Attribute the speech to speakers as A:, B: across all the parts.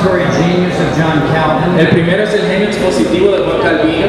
A: Expository Genius of John Calvin.
B: El primero es el genio expositivo de Juan Calvino.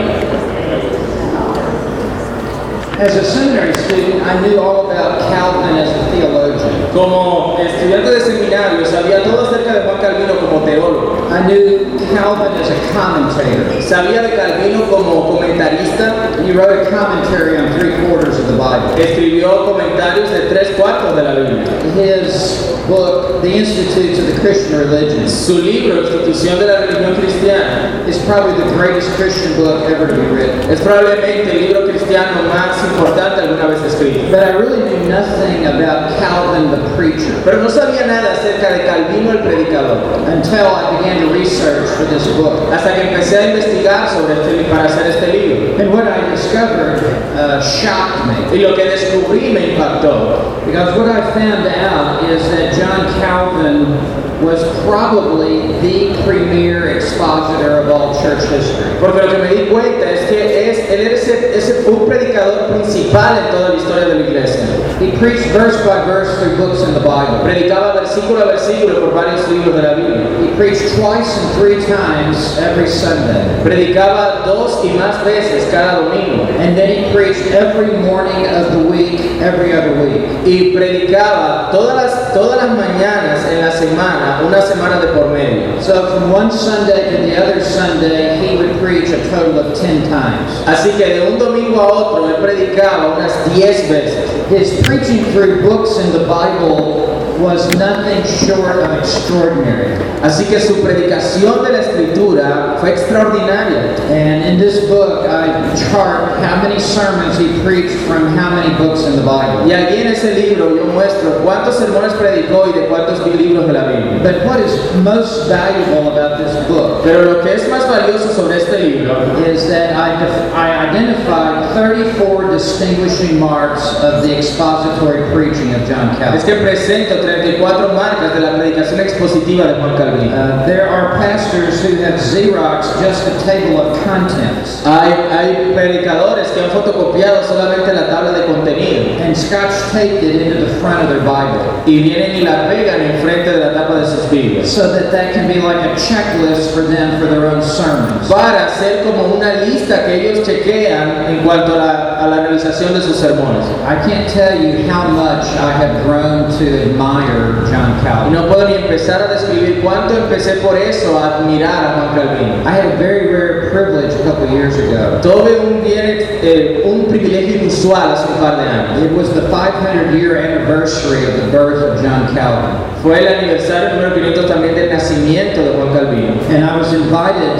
A: As a seminary student, I knew all about Calvin as a theologian.
B: Como estudiante de seminario sabía todo acerca de Juan Calvino como teólogo.
A: I knew Calvin as a commentator.
B: Sabía de Calvino como comentarista.
A: He wrote a commentary on three quarters of the Bible.
B: Escribió comentarios de tres cuartos de la Biblia.
A: His book, The Institutes of the Christian Religions,
B: Su libro, Institución de la Religión Cristiana,
A: is probably the greatest Christian book ever to be written.
B: es probablemente el libro cristiano más importante alguna vez escrito.
A: But I really knew nothing about Calvin the preacher
B: Pero no sabía nada acerca de Calvino el predicador.
A: until I began to research for this book.
B: Hasta que empecé a investigar sobre este para hacer este libro.
A: And what I discovered uh, shocked me
B: Y lo que descubrí me impactó.
A: because what I found out is that John Calvin was probably the premier expositor of all church history.
B: Porque lo que me di cuenta es que es, él es, es un predicador principal en toda la historia de la iglesia.
A: He preached verse by verse through books in the Bible.
B: Predicaba versículo a versículo por varios libros de la Biblia.
A: He preached twice and three times every Sunday.
B: Predicaba dos y más veces cada domingo.
A: And then he preached every morning of the week, every other week.
B: Y predicaba todas las, todas las mañanas en la semana, una semana de por medio.
A: So from one Sunday to the other Sunday, he would preach a total of 10 times.
B: Así que de un domingo a otro él predicaba unas 10 veces.
A: His preaching through books in the Bible was nothing short of extraordinary.
B: Así que su predicación de la escritura fue extraordinaria.
A: And in this book, I chart how many sermons he preached from how many books in the Bible.
B: Y aquí en ese libro yo muestro cuántos sermones predicó y de cuántos libros de la Biblia.
A: But what is most valuable about this book
B: Pero lo que es más valioso sobre este libro
A: is that I, def- I identified 34 distinguishing marks of the expository preaching of John
B: es
A: Calvin.
B: que presento 34 marcas de la predicación expositiva de Juan Calvino.
A: Uh, there are pastors who have Xeroxed just a table of contents.
B: Hay, hay predicadores que han fotocopiado solamente la tabla de contenido
A: and scotch taped it into the front of their Bible
B: y vienen y la pegan enfrente de la tapa de sus Biblias
A: so that that can be like a checklist for them for their own sermons.
B: para hacer como una lista que ellos chequean en cuanto a la, a la realización de sus sermones.
A: I can't tell you how much I have grown to admire John
B: Y
A: Calvin.
B: no puedo ni empezar a describir cuánto empecé por eso a admirar a Juan Calvino.
A: I had a very rare privilege a couple years ago.
B: Tuve un, bien, eh, un privilegio inusual hace un par de años.
A: It was the 500 year anniversary of the birth of John Calvin.
B: Fue el aniversario número 500 también del nacimiento de Juan Calvino.
A: And I was invited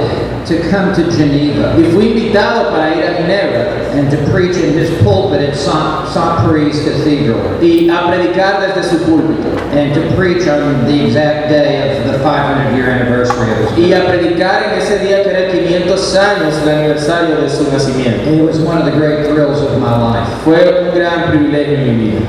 A: to come to Geneva
B: Y fui invitado para ir a Ginebra
A: and to preach in his pulpit at Saint, Saint Paris Cathedral.
B: y a predicar desde su púlpito.
A: and to preach on the exact day of the 500 year anniversary of his birth.
B: Y a predicar en ese día que era el 500 años el aniversario de su nacimiento.
A: It was one of the great thrills of my life.
B: Fue un gran privilegio en mi vida.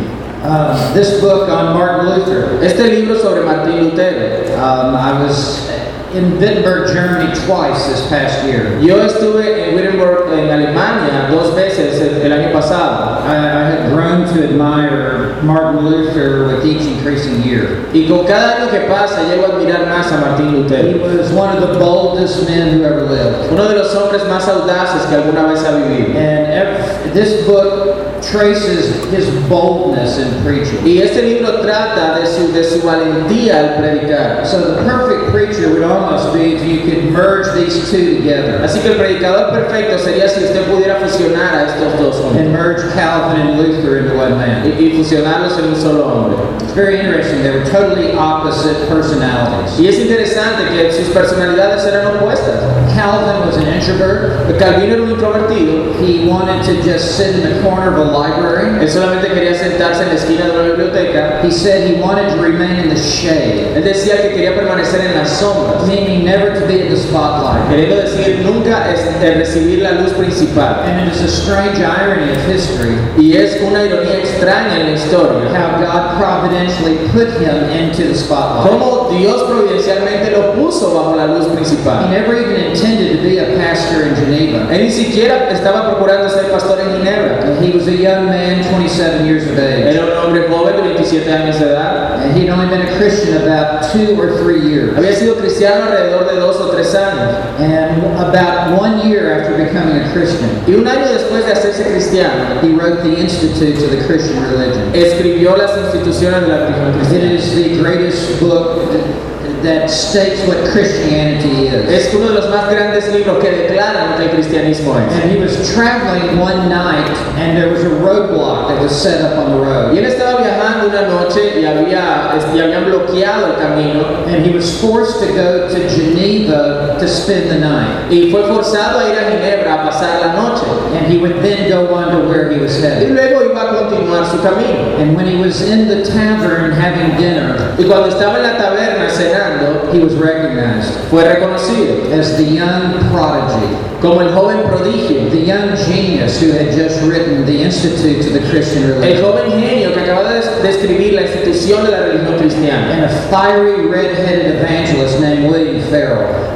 A: Uh, this book on Martin Luther,
B: Este libro sobre Martín Lutero.
A: um, I was in Wittenberg, Germany twice this past year.
B: Yo estuve en Wittenberg, en Alemania, dos veces el- el año pasado.
A: I, I had grown to admire Martin Luther with each increasing year.
B: Y con cada año que pasa llego a admirar más a Martín
A: He
B: Lutero,
A: was one of the boldest men who ever lived.
B: uno de los hombres más audaces que alguna vez ha vivido.
A: And ev- this book traces his boldness in preaching.
B: Y este libro trata de su, de su valentía al predicar.
A: So the perfect preacher would almost be if you could merge these two together
B: Así que el predicador perfecto sería si usted pudiera fusionar a estos dos
A: and
B: hombres
A: merge Calvin and Luther into one man.
B: y, y fusionarlos en un solo hombre.
A: It's very interesting. They were totally opposite personalities.
B: Y es interesante que sus personalidades eran opuestas.
A: Calvin was an introvert.
B: Calvino era un introvertido,
A: He wanted to just sit in the corner of a library.
B: él solamente quería sentarse en la esquina de una biblioteca.
A: He said he wanted to remain in the shade,
B: Él decía que quería permanecer en las sombras,
A: meaning never to be in the spotlight.
B: Queriendo decir, nunca es de recibir la luz principal.
A: And it is a strange irony of history
B: Y es una ironía extraña en la historia.
A: how God providentially put him into the spotlight.
B: Cómo Dios providencialmente lo puso bajo la luz
A: He
B: principal.
A: never even intended to be a pastor in Geneva.
B: Él ni siquiera estaba procurando ser pastor en Ginebra.
A: He was a young man, 27 years of age.
B: Era un hombre joven de 27 años de edad.
A: And he'd only been a Christian about two or three years.
B: Había sido cristiano alrededor de dos o tres años.
A: And about one year after becoming a Christian,
B: Y un año después de hacerse cristiano,
A: he wrote the Institutes of the Christian Religion.
B: escribió las instituciones de la religión
A: It
B: cristiana.
A: is the greatest book that- that states what Christianity is.
B: Es uno de los más grandes libros que declaran que el cristianismo es.
A: And he was traveling one night, and there was a roadblock that was set up on the
B: Y
A: road.
B: él estaba viajando una noche y, había, y habían bloqueado el camino
A: And he was forced to go to Geneva to spend the night.
B: y fue forzado a ir a Ginebra a pasar la noche.
A: And he would then go on to where he was
B: Y
A: headed.
B: luego iba a continuar su camino.
A: And when he was in the tavern having dinner,
B: Y cuando estaba en la taberna cenando,
A: he was recognized
B: fue reconocido
A: as the young prodigy,
B: como el joven prodigio,
A: the young genius who had just written the Institutes of the Christian
B: el
A: Religion.
B: joven genio que acaba de describir la institución de la religión cristiana.
A: and a fiery red-headed evangelist named William Farrell.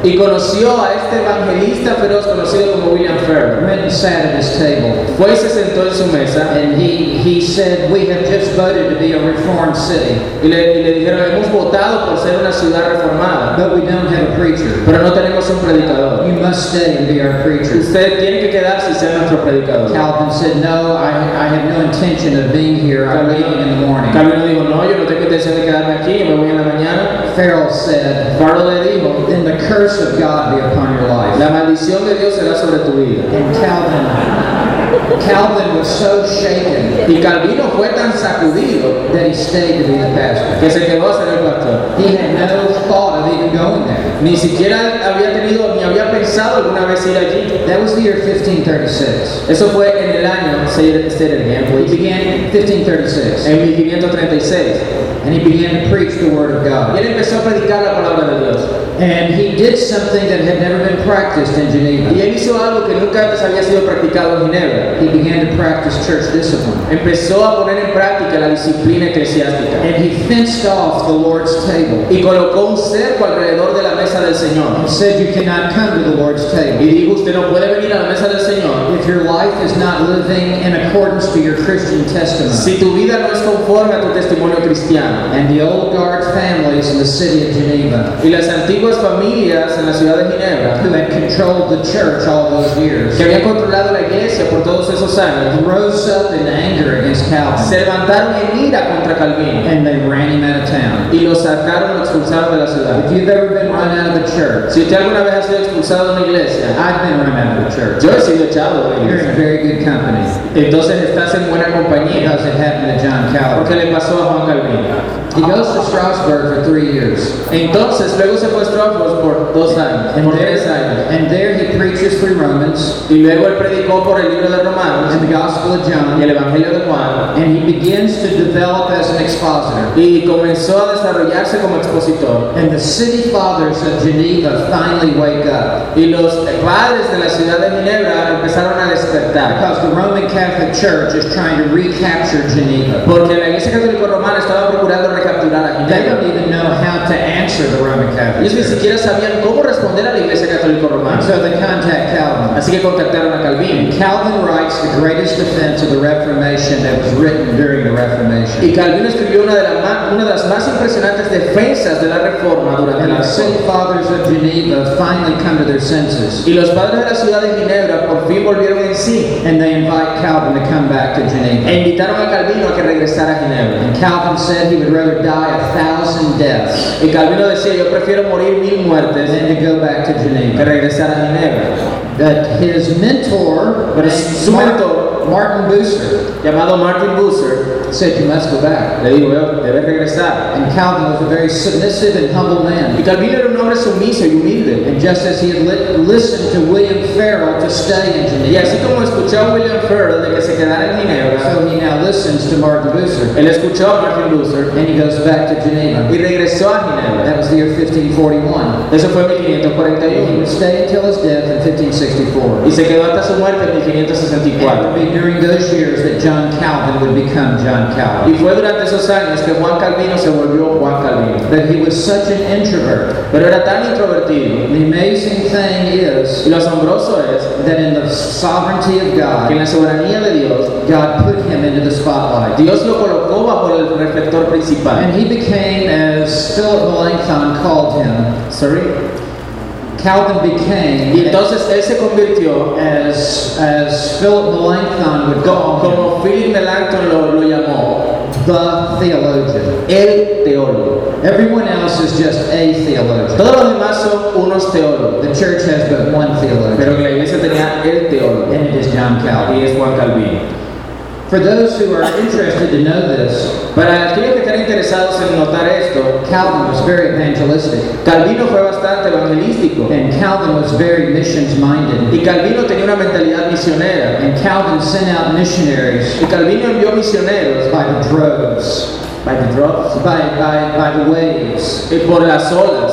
B: Y conoció a este evangelista feroz conocido como William Ferrell.
A: Renton sat at his table,
B: Fue y se sentó en su mesa
A: and he, he said, we have just voted to be a reformed city,
B: y le, y le dijeron, hemos votado por ser una ciudad reformada,
A: but we don't have a preacher.
B: pero no tenemos un predicador.
A: You must stay and be our preacher.
B: Usted tiene que quedarse y ser nuestro predicador.
A: Calvin said, no, I, I have no intention of being here. I'm leaving in the morning.
B: Calvino dijo, no, yo no tengo intención de quedarme aquí, me voy en la mañana.
A: Farrell said,
B: Pablo le dijo,
A: then the curse of God be upon your life.
B: La maldición de Dios será sobre tu vida.
A: And Calvin, Calvin was so shaken
B: Y Calvino fue tan sacudido
A: that he stayed to be the pastor.
B: que se quedó a ser el pastor.
A: He had no thought of even going there.
B: Ni siquiera había tenido, ni había pensado alguna vez ir allí.
A: That was the year 1536.
B: Eso fue en el año, ser ser el
A: He
B: ejemplo,
A: began 1536,
B: en 1536.
A: and he began to preach the word of
B: Y
A: God.
B: él empezó a predicar la palabra de Dios.
A: And he did something that had never been practiced in
B: Y
A: Geneva.
B: él hizo algo que nunca antes había sido practicado en Ginebra.
A: He began to practice church discipline.
B: Empezó a poner en práctica la disciplina eclesiástica.
A: And he fenced off the Lord's table
B: Y colocó un cerco alrededor de la mesa del Señor.
A: and said, You cannot come to the Lord's
B: Y
A: table.
B: dijo, usted no puede venir a la mesa del Señor
A: If your life is not living in accordance to your Christian testimony.
B: Si tu vida no es conforme a tu testimonio cristiano
A: And the old guard families in the city of Geneva,
B: y las antiguas familias en la ciudad de Ginebra
A: who had controlled the church all those years,
B: que habían controlado la iglesia por todos esos años
A: rose up in anger against Calvin
B: se levantaron en ira contra Calvino
A: and they ran him out of town.
B: y lo sacaron, lo expulsaron de la ciudad.
A: If you've ever been run out of a church,
B: Si usted alguna vez ha sido expulsado de una iglesia,
A: I've been run out of a church.
B: yo he sido echado de la
A: You're in
B: iglesia.
A: very good company
B: Entonces estás en buena compañía
A: because it happened to John
B: porque
A: Calvin.
B: le pasó a Juan Calvino.
A: He goes to Strasbourg for three years.
B: Entonces luego se fue a Strasbourg por dos años,
A: And
B: por tres
A: there,
B: años.
A: and there he preaches through Romans
B: Y luego él predicó por el libro de Romanos
A: and the Gospel of
B: y
A: John,
B: el Evangelio de Juan.
A: and he begins to develop as an expositor.
B: y comenzó a desarrollarse como expositor.
A: And the city fathers of Geneva finally wake up
B: Y los padres de la ciudad de Ginebra empezaron a despertar,
A: because the Roman Catholic Church is trying to recapture Geneva.
B: porque la Iglesia Católica Romana estaba procurando recapturar a
A: They
B: Ginebra.
A: don't even know how to answer the Roman Catholic
B: Ellos ni
A: Church.
B: siquiera sabían cómo responder a la Iglesia Católica Romana,
A: So they contact Calvin.
B: así que contactaron a
A: And
B: Calvino.
A: Calvin writes the greatest defense of the Reformation that was written during the Reformation.
B: Y Calvino escribió una de, las ma- una de las más impresionantes defensas de la Reforma durante
A: And
B: la
A: the
B: Reforma.
A: city fathers of Geneva finally come to their senses.
B: Y los padres de la ciudad de Ginebra por fin volvieron en sí
A: And they invite Calvin to come back to Geneva.
B: e invitaron a Calvino a que regresara a Ginebra.
A: And Calvin said he would rather die a thousand deaths
B: Y Calvino decía, yo prefiero morir mil muertes
A: than to go back to
B: que
A: Geneva.
B: regresar a Ginebra.
A: That his mentor,
B: Pero
A: named
B: su
A: Mar-
B: mentor,
A: Martin Bucer
B: llamado Martin Bucer,
A: said, You must go back.
B: le dijo, "Veo, debes regresar.
A: And Calvin was a very submissive and humble
B: Y
A: man.
B: Calvino era un hombre sumiso y humilde.
A: And just as he had li- listened to William Farrell to study in
B: Y
A: Geneva,
B: así como escuchó a William Farrell de que se quedara en Ginebra,
A: so he now listens to Martin Bucer.
B: él escuchó a Martin Bucer
A: And he goes back to Geneva.
B: y regresó a Ginebra.
A: That was the year 1541.
B: Eso fue en
A: And he
B: 1541.
A: would stay until his death in 1564.
B: Y se quedó hasta su muerte en
A: And it
B: 1564.
A: would be during those years that John Calvin would become John Calvin.
B: Y fue durante esos años que Juan Calvino se volvió Juan Calvino.
A: But he was such an introvert.
B: Pero era tan introvertido.
A: The amazing thing
B: Y
A: is
B: lo asombroso es
A: that in the sovereignty of
B: que en
A: God,
B: la soberanía de Dios,
A: God put him into the spotlight.
B: Dios lo colocó bajo el reflector principal.
A: And he became, as Philip Melanchthon called him,
B: Sorry.
A: Calvin
B: Y
A: became,
B: entonces él se convirtió,
A: as, as Philip Melanchthon would call him,
B: como Philip Melanchthon lo, lo llamó,
A: the theologian.
B: el teólogo.
A: Everyone else is just a theologian.
B: Todos los demás son unos teólogos,
A: The church has but one theologian,
B: pero en la iglesia tenía el teólogo,
A: and it is John Calvin.
B: y es Juan Calvino.
A: For those who are interested to know this,
B: Para aquellos que están interesados en notar esto,
A: Calvin was very evangelistic.
B: Calvino fue bastante evangelístico,
A: And Calvin was very missions minded.
B: y Calvino tenía una mentalidad misionera,
A: And Calvin sent out missionaries
B: y Calvino envió misioneros
A: by the droves,
B: by the drops,
A: by, by, by the waves.
B: eh, por las olas.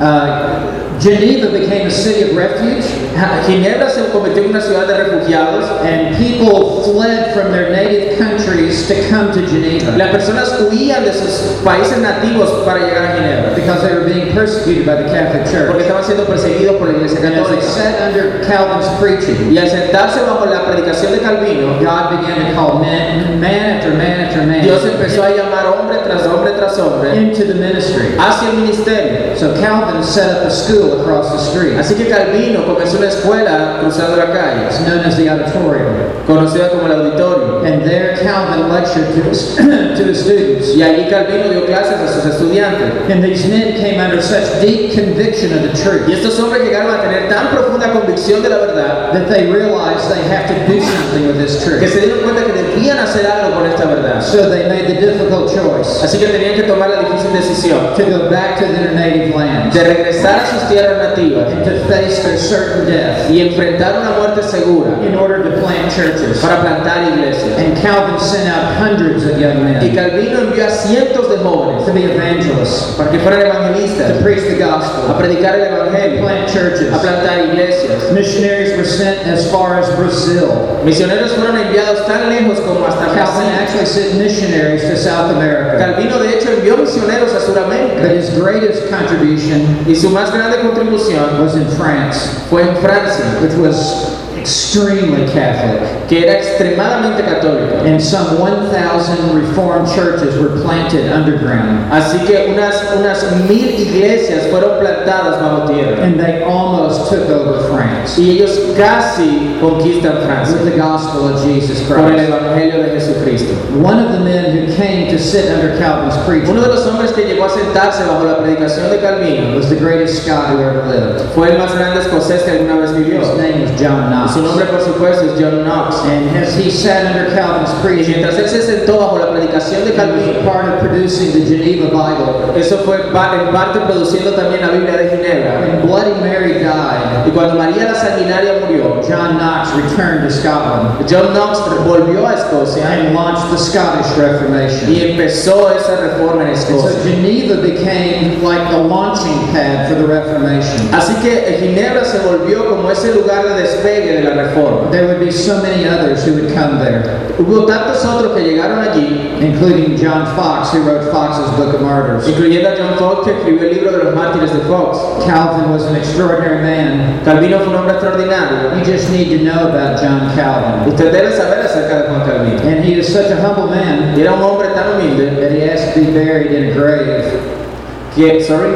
A: Uh, Geneva became a city of refuge,
B: Ja- Ginebra se convirtió en una ciudad de refugiados.
A: and people fled from their native countries to come to Geneva
B: Las personas huían de sus países nativos para llegar a Ginebra,
A: because they were being persecuted by the Catholic
B: porque
A: Church.
B: estaban siendo perseguidos por la iglesia
A: And as they
B: católica.
A: sat under Calvin's preaching,
B: Y al sentarse bajo la predicación de Calvino,
A: God began to call man, man after man after
B: Dios empezó
A: man
B: a llamar hombre tras hombre tras hombre
A: into the ministry.
B: hacia el ministerio.
A: So Calvin set up a school across the street.
B: Así que Calvino comenzó una escuela cruzando la calle,
A: It's known as the auditorium.
B: conocida como el auditorio.
A: And there Calvin lectured to his, to his students.
B: Y allí Calvino dio clases a sus estudiantes.
A: And these men came under such deep conviction of the
B: Y
A: truth
B: estos hombres llegaron a tener tan profunda convicción de la verdad
A: that they realized they have to do something with this
B: que
A: truth.
B: se dieron cuenta que debían hacer algo con esta verdad.
A: So they made the difficult choice
B: Así que tenían que tomar la difícil decisión
A: to go back to their native land
B: de regresar a sus tierras nativas
A: and to face their certain death
B: y enfrentar una muerte segura
A: in order to plant churches.
B: para plantar iglesias.
A: And Calvin sent out hundreds of young
B: Y
A: men
B: Calvino envió a cientos de jóvenes
A: to be evangelists,
B: para que fueran evangelistas.
A: to preach the
B: a
A: gospel,
B: predicar el
A: to
B: evangelio,
A: plant churches.
B: a plantar iglesias.
A: Missionaries were sent as far as Brazil.
B: Misioneros fueron enviados tan lejos como hasta
A: Calvin
B: Brasil.
A: actually sent missionaries to South America,
B: Calvino de hecho envió misioneros a
A: but
B: Sudamérica
A: his greatest contribution
B: y su más grande contribución
A: was in France,
B: fue en Francia,
A: which was extremely Catholic.
B: que era extremadamente católica.
A: And some 1,000 Reformed churches were planted underground,
B: Así que unas, unas mil iglesias fueron plantadas bajo tierra
A: and they almost took over France
B: y ellos casi conquistan Francia
A: with the gospel of Jesus
B: por el
A: Christ.
B: evangelio de Jesucristo.
A: One of the men who came to sit under Calvin's
B: Uno
A: preaching
B: de los hombres que llegó a sentarse bajo la predicación de Calvino
A: was the greatest Scot who ever lived.
B: fue el más grande escocés que alguna vez vivió.
A: His name was John
B: Y Su
A: Knox.
B: nombre, por supuesto, es John Knox.
A: And as he sat under Calvin's
B: Y
A: preaching,
B: mientras él se sentó bajo la predicación de
A: That was a
B: Calvino,
A: part of producing the Geneva Bible.
B: eso fue pa- en parte produciendo también la Biblia de Ginebra.
A: When Bloody Mary died,
B: Y cuando María la Sanguinaria murió,
A: John Knox returned to Scotland
B: John Knox volvió a Escocia
A: and launched the Scottish Reformation.
B: y empezó esa reforma en
A: And
B: Escocia.
A: so Geneva became like the launching pad for the Reformation.
B: Así que eh, Ginebra se volvió como ese lugar de despegue de la reforma.
A: There would be so many others who would come there,
B: Hubo tantos otros que llegaron allí,
A: including John Fox, who wrote Fox's Book of Martyrs.
B: incluyendo a John Fox, que escribió el libro de los mártires de Fox.
A: Calvin was an extraordinary man.
B: Calvino fue un hombre extraordinario.
A: You just need to know about John Calvin.
B: Usted debe saber acerca de Juan Calvino.
A: And he is such a humble man
B: Y era un hombre tan humilde
A: that he asked to be buried in a grave.
B: que, sorry,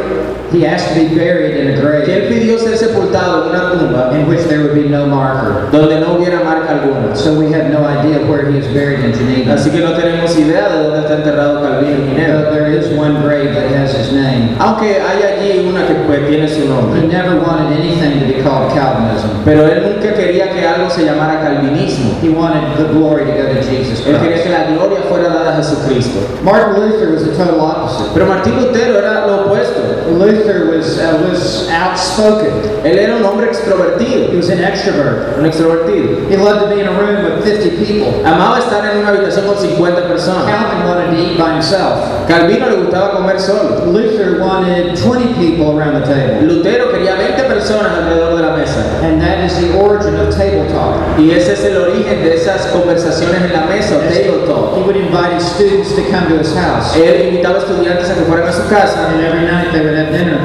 A: He asked to be buried in a
B: que
A: grave.
B: él pidió ser sepultado en una tumba
A: in which there would be no marker.
B: donde no hubiera marca alguna.
A: So we have no idea where he is buried in Geneva.
B: Así que no tenemos idea de dónde está enterrado Calvino
A: Though
B: en Ginebra.
A: there is one grave that has his name.
B: Aunque hay allí una que pues, tiene su
A: He
B: nombre.
A: never wanted anything to be called Calvinism.
B: Pero él nunca quería que algo se llamara calvinismo.
A: He wanted the glory to go to Jesus
B: Él quería
A: Christ.
B: que la gloria fuera dada a Jesucristo.
A: Martin Luther was the total opposite.
B: Pero Martín Lutero era lo opuesto.
A: Luther was, uh, was outspoken.
B: Él era un hombre
A: He
B: extrovertido,
A: was an extrovert.
B: un extrovertido.
A: He loved to be in a room with 50 people.
B: Amaba estar en una habitación con 50 personas.
A: Calvin wanted to eat by himself.
B: Calvino le gustaba comer solo.
A: Luther wanted 20 people around the table.
B: Lutero quería 20 personas alrededor de la mesa.
A: And that is the origin of table talk.
B: Y ese es el origen de esas conversaciones en la mesa, o table talk.
A: He would invite his students to come to his house.
B: Él invitaba a estudiantes a que fueran a su casa
A: And every night they would have dinner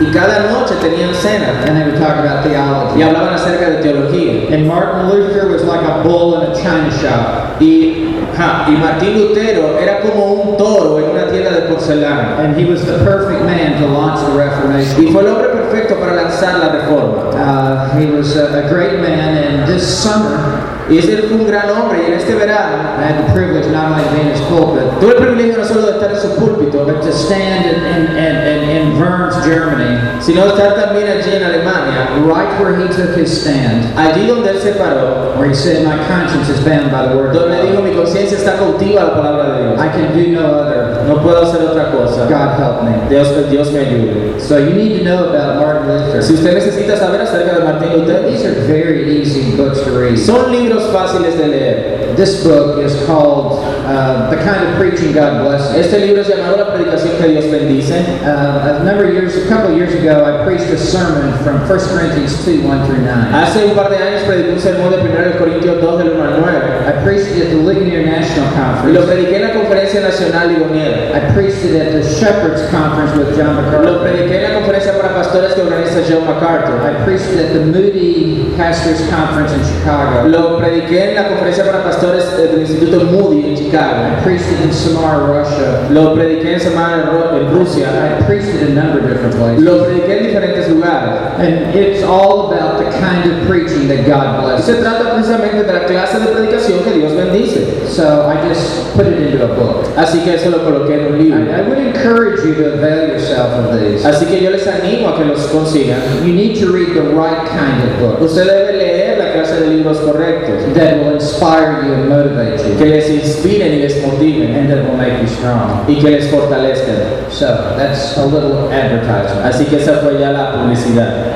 B: y cada noche tenían cena
A: and they would talk about
B: y
A: theology.
B: hablaban acerca de teología.
A: And Martin Luther was like a bull in a china shop.
B: Y, ajá, y Martín Lutero era como un toro en una tienda de porcelana.
A: And he was the perfect man to launch the Reformation.
B: Y fue el hombre perfecto para lanzar la reforma.
A: Uh, he was a, a great man, and this summer
B: Y ese fue un gran hombre y en este verano
A: I had the privilege not only to be in his pulpit,
B: tuve el privilegio no solo de estar en su púlpito,
A: but to stand in, in, in, in, in Worms, Germany,
B: sino de estar también allí en Alemania,
A: right where he took his stand.
B: allí donde él se paró,
A: where he said, My conscience is bound by the word of
B: donde dijo
A: God.
B: mi conciencia está cautiva a la palabra de Dios.
A: I can do no other.
B: No puedo hacer otra cosa.
A: God help me.
B: Dios, Dios me ayude.
A: So you need to know about Martin Luther.
B: Si usted necesita saber acerca de Martín Lutero,
A: These are very easy books to read.
B: son libros fáciles de leer.
A: This book is called uh, The Kind of Preaching God Blesses.
B: Este libro es llamado La predicación que Dios bendice.
A: Uh, a number of years, a couple of years ago, I preached a sermon from 1 Corinthians 2, 1 through 9.
B: Hace un par de años predicó un sermón de 1 de Corintios 2 del 1 al 9
A: I preached it at the Ligonier National
B: y lo
A: Conference.
B: prediqué en la Conferencia Nacional Ligoniera.
A: I preached it at the Shepherds Conference with John
B: Lo
A: MacArthur.
B: prediqué en la conferencia para pastores que organiza John MacArthur.
A: I preached it at the Moody Pastors Conference in Chicago.
B: Lo prediqué en la conferencia para pastores eh, del Instituto Moody en Chicago.
A: I preached it in Samara, Russia.
B: Lo prediqué en Samara, en Ro- en Rusia.
A: I preached it a number of different places.
B: Lo prediqué en diferentes lugares.
A: And it's all about the kind of preaching that God
B: Y Se
A: blesses.
B: trata precisamente de la clase de predicación que Dios bendice.
A: So I just put it into a book.
B: Así que eso lo coloqué en un libro.
A: I, I would encourage you to avail yourself of these.
B: Así que yo les animo a que los consigan.
A: You need to read the right kind of book
B: Usted debe leer la clase de libros correctos,
A: that will inspire you and motivate you
B: que les inspiren y les motiven
A: and that will make you strong.
B: y que les fortalezcan.
A: So that's a little advertisement.
B: Así que esa fue ya la publicidad.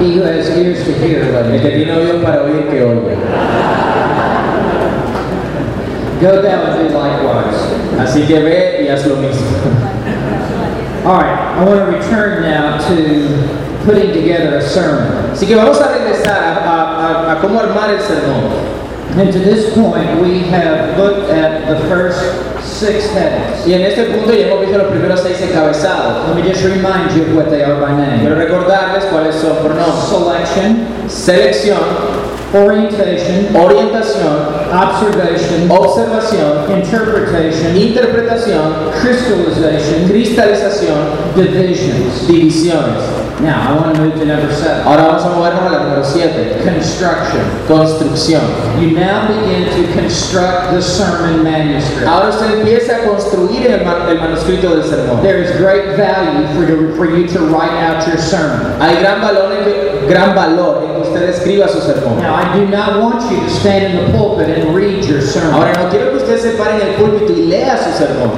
A: He who has ears to hear, let
B: El
A: him
B: que
A: hear.
B: tiene oídos para oír, que oiga.
A: Go thou and do likewise.
B: Así que ve y haz lo mismo.
A: All right, I want to return now to putting together a sermon.
B: Así que vamos a regresar a, a- a- a cómo armar el sermón.
A: And to this point, we have looked at the first six headings.
B: Y en este punto ya hemos visto los primeros seis encabezados.
A: Let me just remind you of what they are by
B: Quiero
A: name.
B: recordarles cuáles son por nombre.
A: Selection,
B: Selección,
A: orientation,
B: orientación,
A: observation,
B: observación,
A: interpretation,
B: interpretación,
A: crystallization,
B: cristalización,
A: divisions.
B: divisiones.
A: Now, I want to move to number seven.
B: Ahora vamos a movernos a la número 7.
A: Construction.
B: Construcción.
A: You now begin to construct the sermon manuscript.
B: Ahora usted empieza a construir el, ma- el manuscrito del sermón.
A: There is great value for you, for you to write out your sermon.
B: Hay gran valor en que, gran valor en que usted escriba su sermón.
A: Now, I do not want you to stand in the pulpit and read your sermon.
B: Ahora, no quiero que usted se pare en el púlpito y lea su sermón.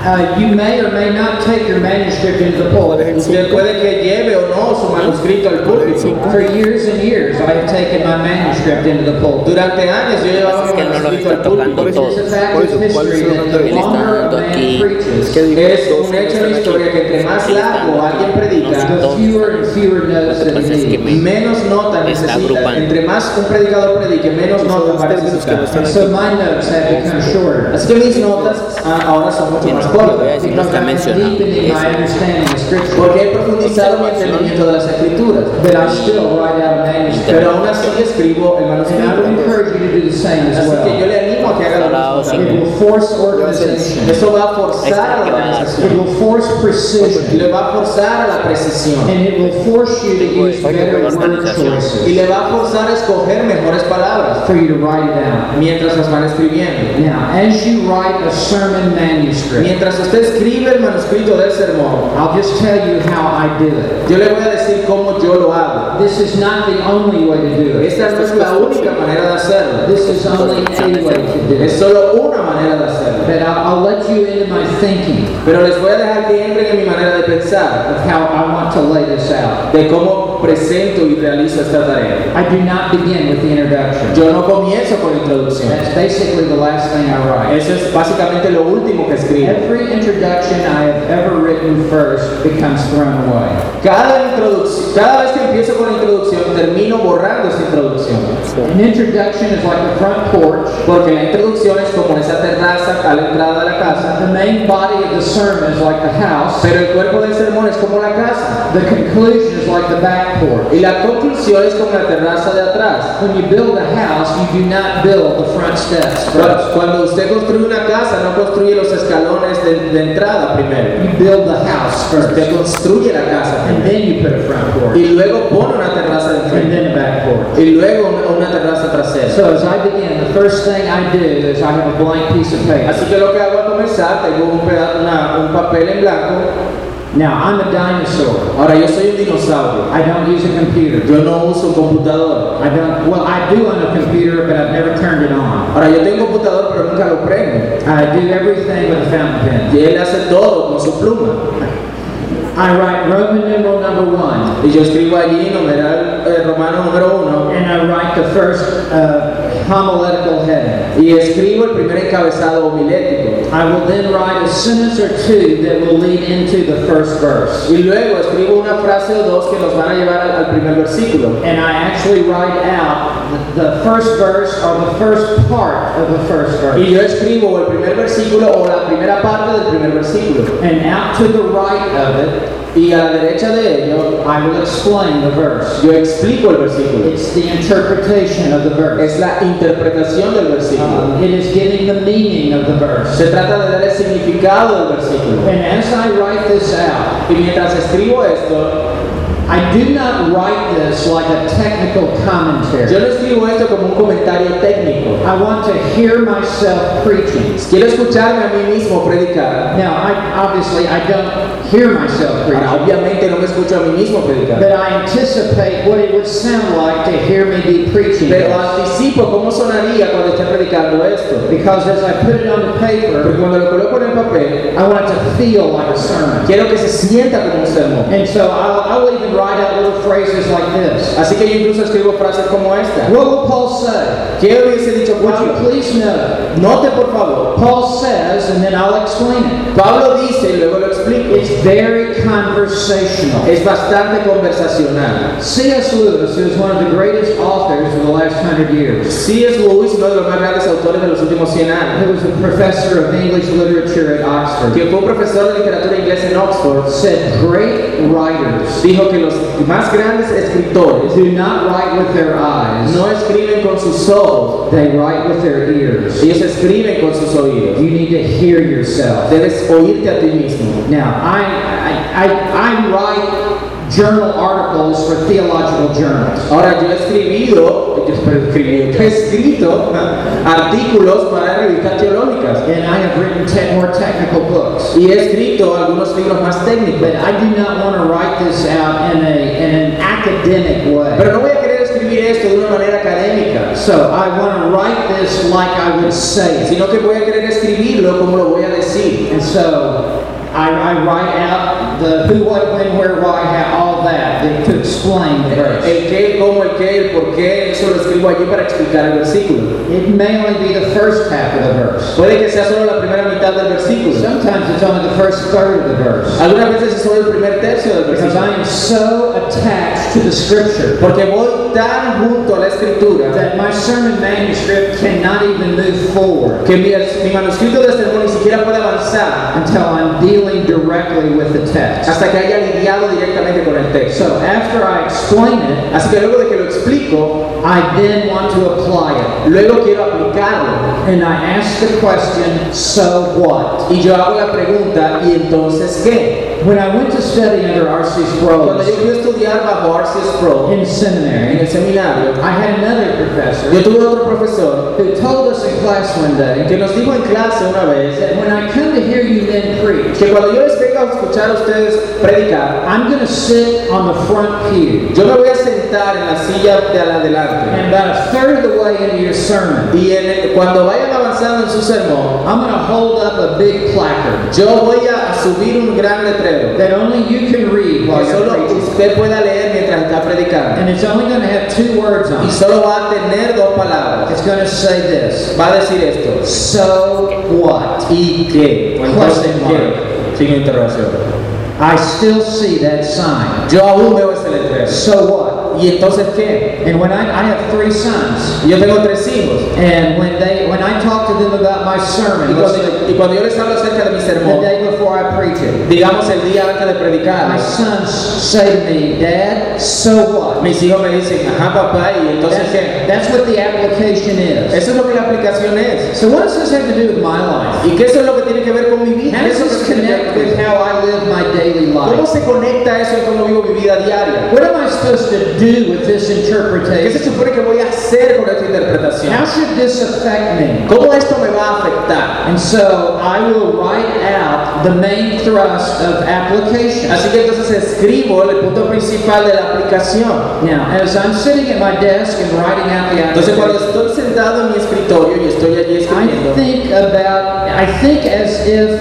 A: Uh, you may or may not take your manuscript into the pulpit.
B: Usted puede que lleve o no su manuscrito al púlpito.
A: For years and years, I have taken my manuscript into the pulpit.
B: Durante años yo llevaba
C: Es
B: mi
C: que no lo
B: manuscrito al
C: está tocando
B: púlpito.
C: todo.
A: It's a fact
D: Por
A: of
D: eso, ¿cuál es
A: history
D: el
A: that
D: momento
A: the
D: de-
C: Él está
A: longer a
C: dando
A: man
C: aquí. Es que
A: preaches,
C: digo,
B: Es
C: dos
B: un hecho en
C: personas
B: la historia que entre más
C: están
B: largo
C: dando
B: alguien
C: aquí.
B: predica,
A: the fewer and fewer
C: Lo
A: notes
C: que
A: that
C: pasa es
A: he
C: que
A: needs.
C: me
B: menos nota
C: Está
B: necesita.
C: agrupando.
B: Entre más un predicador predique, menos nota va a necesitar.
A: And so my notes have become shorter.
B: Así que mis notas ah, ahora son mucho más cortas.
C: Sí, no
A: Because
C: está
A: I'm
C: mencionando
A: deepening my
C: eso.
A: understanding of scripture,
B: Porque he profundizado mi entendimiento de las escrituras.
A: but I still write out a manuscript.
B: Pero aún así escribo el
A: And I would
B: manuscrito.
A: encourage you to do the same as
B: Así que yo
A: well.
B: le animo a que haga
C: estará
B: lo
A: It
C: sin-
B: mismo.
A: will force
B: Entonces,
A: organization.
B: eso va a forzar a la
C: Exacto.
A: It
B: organización,
A: will force precision.
B: le va a forzar a la precisión
A: And it will force you to use
C: Oye,
A: better
C: buena
A: word
C: organización.
B: y
A: choices
B: le va a forzar a escoger mejores palabras
A: for you to write it down.
B: mientras las van escribiendo.
A: Now, as you write a sermon manuscript,
B: Mientras usted escribe el manuscrito del sermón,
A: I'll just tell you how I do it.
B: yo le voy a decir cómo yo lo hago.
A: This is not the only way to do it.
B: Esta no es la única manera de hacerlo,
A: This is only a way to do
B: es
A: it.
B: solo una manera de hacerlo.
A: But I'll, I'll let you into my thinking
B: Pero les voy a dejar que entren en mi manera de pensar,
A: of how I want to lay this out.
B: de cómo presento y realizo esta tarea.
A: I do not begin with the introduction.
B: Yo no comienzo con introducción.
A: That's basically the last thing I write.
B: Eso es básicamente lo último que escribo.
A: Every introduction I have ever written first becomes thrown away.
B: Cada, introducción, cada vez que empiezo con la introducción, termino borrando esa introducción.
A: An introduction is like the front porch.
B: Porque la introducción es como esa terraza a la entrada de la casa,
A: The main body of the sermon is like the house.
B: pero el cuerpo del sermón es como la casa.
A: The conclusion is like the back porch.
B: Y la conclusión es como la terraza de atrás.
A: When you build a house, you do not build the front steps first.
B: Cuando- Cuando usted construye una casa, no construye los escalones de, de entrada primero.
A: You build the house first.
B: Usted construye la casa
A: And then you put a front porch.
B: y luego pone una terraza de
A: And
B: frente
A: then a back porch.
B: y luego una, una terraza trasera.
A: So as I begin, the first thing I do is I have a blank piece of paper.
B: Así que lo que hago al comenzar, tengo un, peda- una- un papel en blanco.
A: Now, I'm a dinosaur.
B: Ahora yo soy un dinosaurio.
A: I don't use a computer.
B: Yo no uso un computador.
A: I don't, well, I do own a computer, but I've never turned it on.
B: Ahora yo tengo un computador, pero nunca lo prendo.
A: I do everything with a fountain pen.
B: Y él hace todo con su pluma.
A: I write Roman numeral number one,
B: Y yo escribo allí numeral eh, romano número uno
A: and I write the first uh, homiletical heading.
B: y escribo el primer encabezado homilético.
A: I will then write a sentence or two that will lead into the first verse.
B: Y luego escribo una frase o dos que nos van a llevar al, al primer versículo.
A: And I actually write out the the first verse or the first part of the first verse.
B: Y yo escribo el primer versículo o la primera parte del primer versículo.
A: And out to the right of
B: Y a la derecha de
A: it,
B: ello,
A: I will explain the verse.
B: yo explico el versículo.
A: It's the interpretation of the verse.
B: Es la interpretación del versículo.
A: Um, It is giving the meaning of the verse.
B: Se trata de dar el significado del versículo.
A: And as I write this out,
B: Y mientras escribo esto,
A: I do not write this like a technical
B: yo
A: commentary.
B: no escribo esto como un comentario técnico.
A: I want to hear myself preaching.
B: Quiero escucharme a mí mismo predicar.
A: Now, I, obviously, I don't hear myself
B: Ahora,
A: preaching,
B: obviamente no me escucho a mí mismo predicar.
A: but I anticipate what it would sound like to hear me be preaching.
B: Pero anticipo cómo sonaría cuando esté predicando esto.
A: Because as I put it on the
B: Porque
A: paper,
B: cuando lo coloco en el papel,
A: I want it to feel like a sermon.
B: quiero que se sienta como un sermón.
A: And so I'll, I'll even write out little phrases like this.
B: Así que yo incluso escribo frases como esta.
A: What will Paul say?
B: ¿Qué hubiese dicho
A: Would you
B: Pablo?
A: please note?
B: Note por favor.
A: Paul says, and then I'll explain it.
B: Pablo dice, y luego lo
A: It's
B: explico,
A: very conversational.
B: es bastante conversacional.
A: C.S. Lewis, who is one of the greatest authors of the last hundred years,
B: C.S. Lewis, uno de los más grandes autores de los últimos 100 años,
A: who was a professor of English literature at Oxford,
B: que fue un profesor de literatura inglesa en Oxford,
A: said great writers
B: dijo que los más grandes escritores
A: do not write with their eyes,
B: no escriben con sus ojos,
A: they write with their ears.
B: ellos escriben con sus oídos.
A: You need to hear yourself.
B: Debes oírte a ti mismo.
A: Now, I, I, I, I write journal articles for theological journals.
B: Ahora, yo he escribido, yo he escribido, yo he escrito artículos para revistas teológicas
A: And I have written te- more technical books.
B: y he escrito algunos libros más técnicos.
A: But I do not want to write this out in, a, in an academic way.
B: Pero no voy a querer escribir esto de una manera académica,
A: So I want to write this like I would say it.
B: sino que voy a querer escribirlo como lo voy a decir.
A: And so I, I write out the who, what, when, where, why, how, all that that- to explain the verse.
B: El qué, el cómo, el qué, el por qué, eso lo escribo allí para explicar el versículo.
A: It may only be the first half of the verse.
B: Puede que sea solo la primera mitad del versículo.
A: Sometimes it's only the first third of the verse.
B: Algunas veces es solo el primer tercio del
A: Because
B: versículo.
A: I am so attached to the scripture
B: Porque voy tan junto a la escritura
A: that my sermon manuscript cannot even move forward
B: que mi, mi manuscrito de sermón ni siquiera puede avanzar
A: until I'm dealing directly with the text.
B: hasta que haya lidiado directamente con el texto.
A: So So after I explain it,
B: Así que luego de que lo explico,
A: I then want to apply it.
B: luego quiero aplicarlo.
A: And I ask the question, so what?
B: Y yo hago la pregunta, ¿y entonces qué?
A: When I went to study under R.C.
B: Cuando
A: Sproul's
B: yo fui a estudiar bajo Arceus Pro,
A: in
B: en el
A: seminary,
B: seminario,
A: I had another professor
B: yo tuve otro profesor
A: who told us in class one day
B: que nos dijo en clase una vez
A: that when I come to hear you men preach,
B: que cuando yo les venga a escuchar a ustedes predicar,
A: I'm going to sit on the front pew.
B: yo me voy a sentar en la silla de al adelante.
A: And about a third of the way into your sermon,
B: Y en el- cuando vayan avanzando en su sermón,
A: I'm going to hold up a big placard
B: yo voy a, a subir un gran letrero
A: that only you can read while
B: que
A: you're
B: solo
A: preaching.
B: usted pueda leer mientras está predicando.
A: And it's only going to have two words on
B: Y
A: it.
B: solo va a tener dos palabras.
A: It's going to say this.
B: Va a decir esto.
A: So what?
B: ¿Y qué? O entonces, ¿qué? Sin interrogación.
A: I still see that sign.
B: Yo aún veo ese letrero.
A: So what?
B: ¿Y entonces qué?
A: And when I, I have three sons,
B: Yo tengo tres hijos.
A: and when they when I talk to them about my
B: Y
A: sermon, let's say,
B: cuando, y cuando yo les hablo acerca de mi
A: the
B: sermón,
A: day before I preach it,
B: digamos el día antes de predicar,
A: my sons say to me, Dad, so what?
B: mis hijos me dicen, ajá papá, ¿y entonces
A: That's,
B: qué?
A: that's what the application is.
B: Eso es lo que la aplicación es.
A: So what does this have to do with my life?
B: ¿Y qué eso es lo que tiene que ver con mi vida?
A: How does
B: Eso es lo
A: this
B: que tiene que ver
A: connect
B: con mi
A: with how I live my daily
B: ¿Cómo
A: life?
B: se conecta eso con cómo vivo mi vida diaria?
A: What am I supposed to do with this
B: ¿Qué se
A: interpretation?
B: supone que voy a hacer con esta interpretación?
A: How should this affect me?
B: ¿Cómo esto me va a afectar?
A: And so I will write out the main thrust of application.
B: Así que entonces escribo el punto principal de la aplicación.
A: Now, as I'm sitting at my desk and writing out the
B: Entonces cuando
A: application,
B: estoy sentado en mi escritorio y estoy allí escribiendo,
A: I think about, I think as if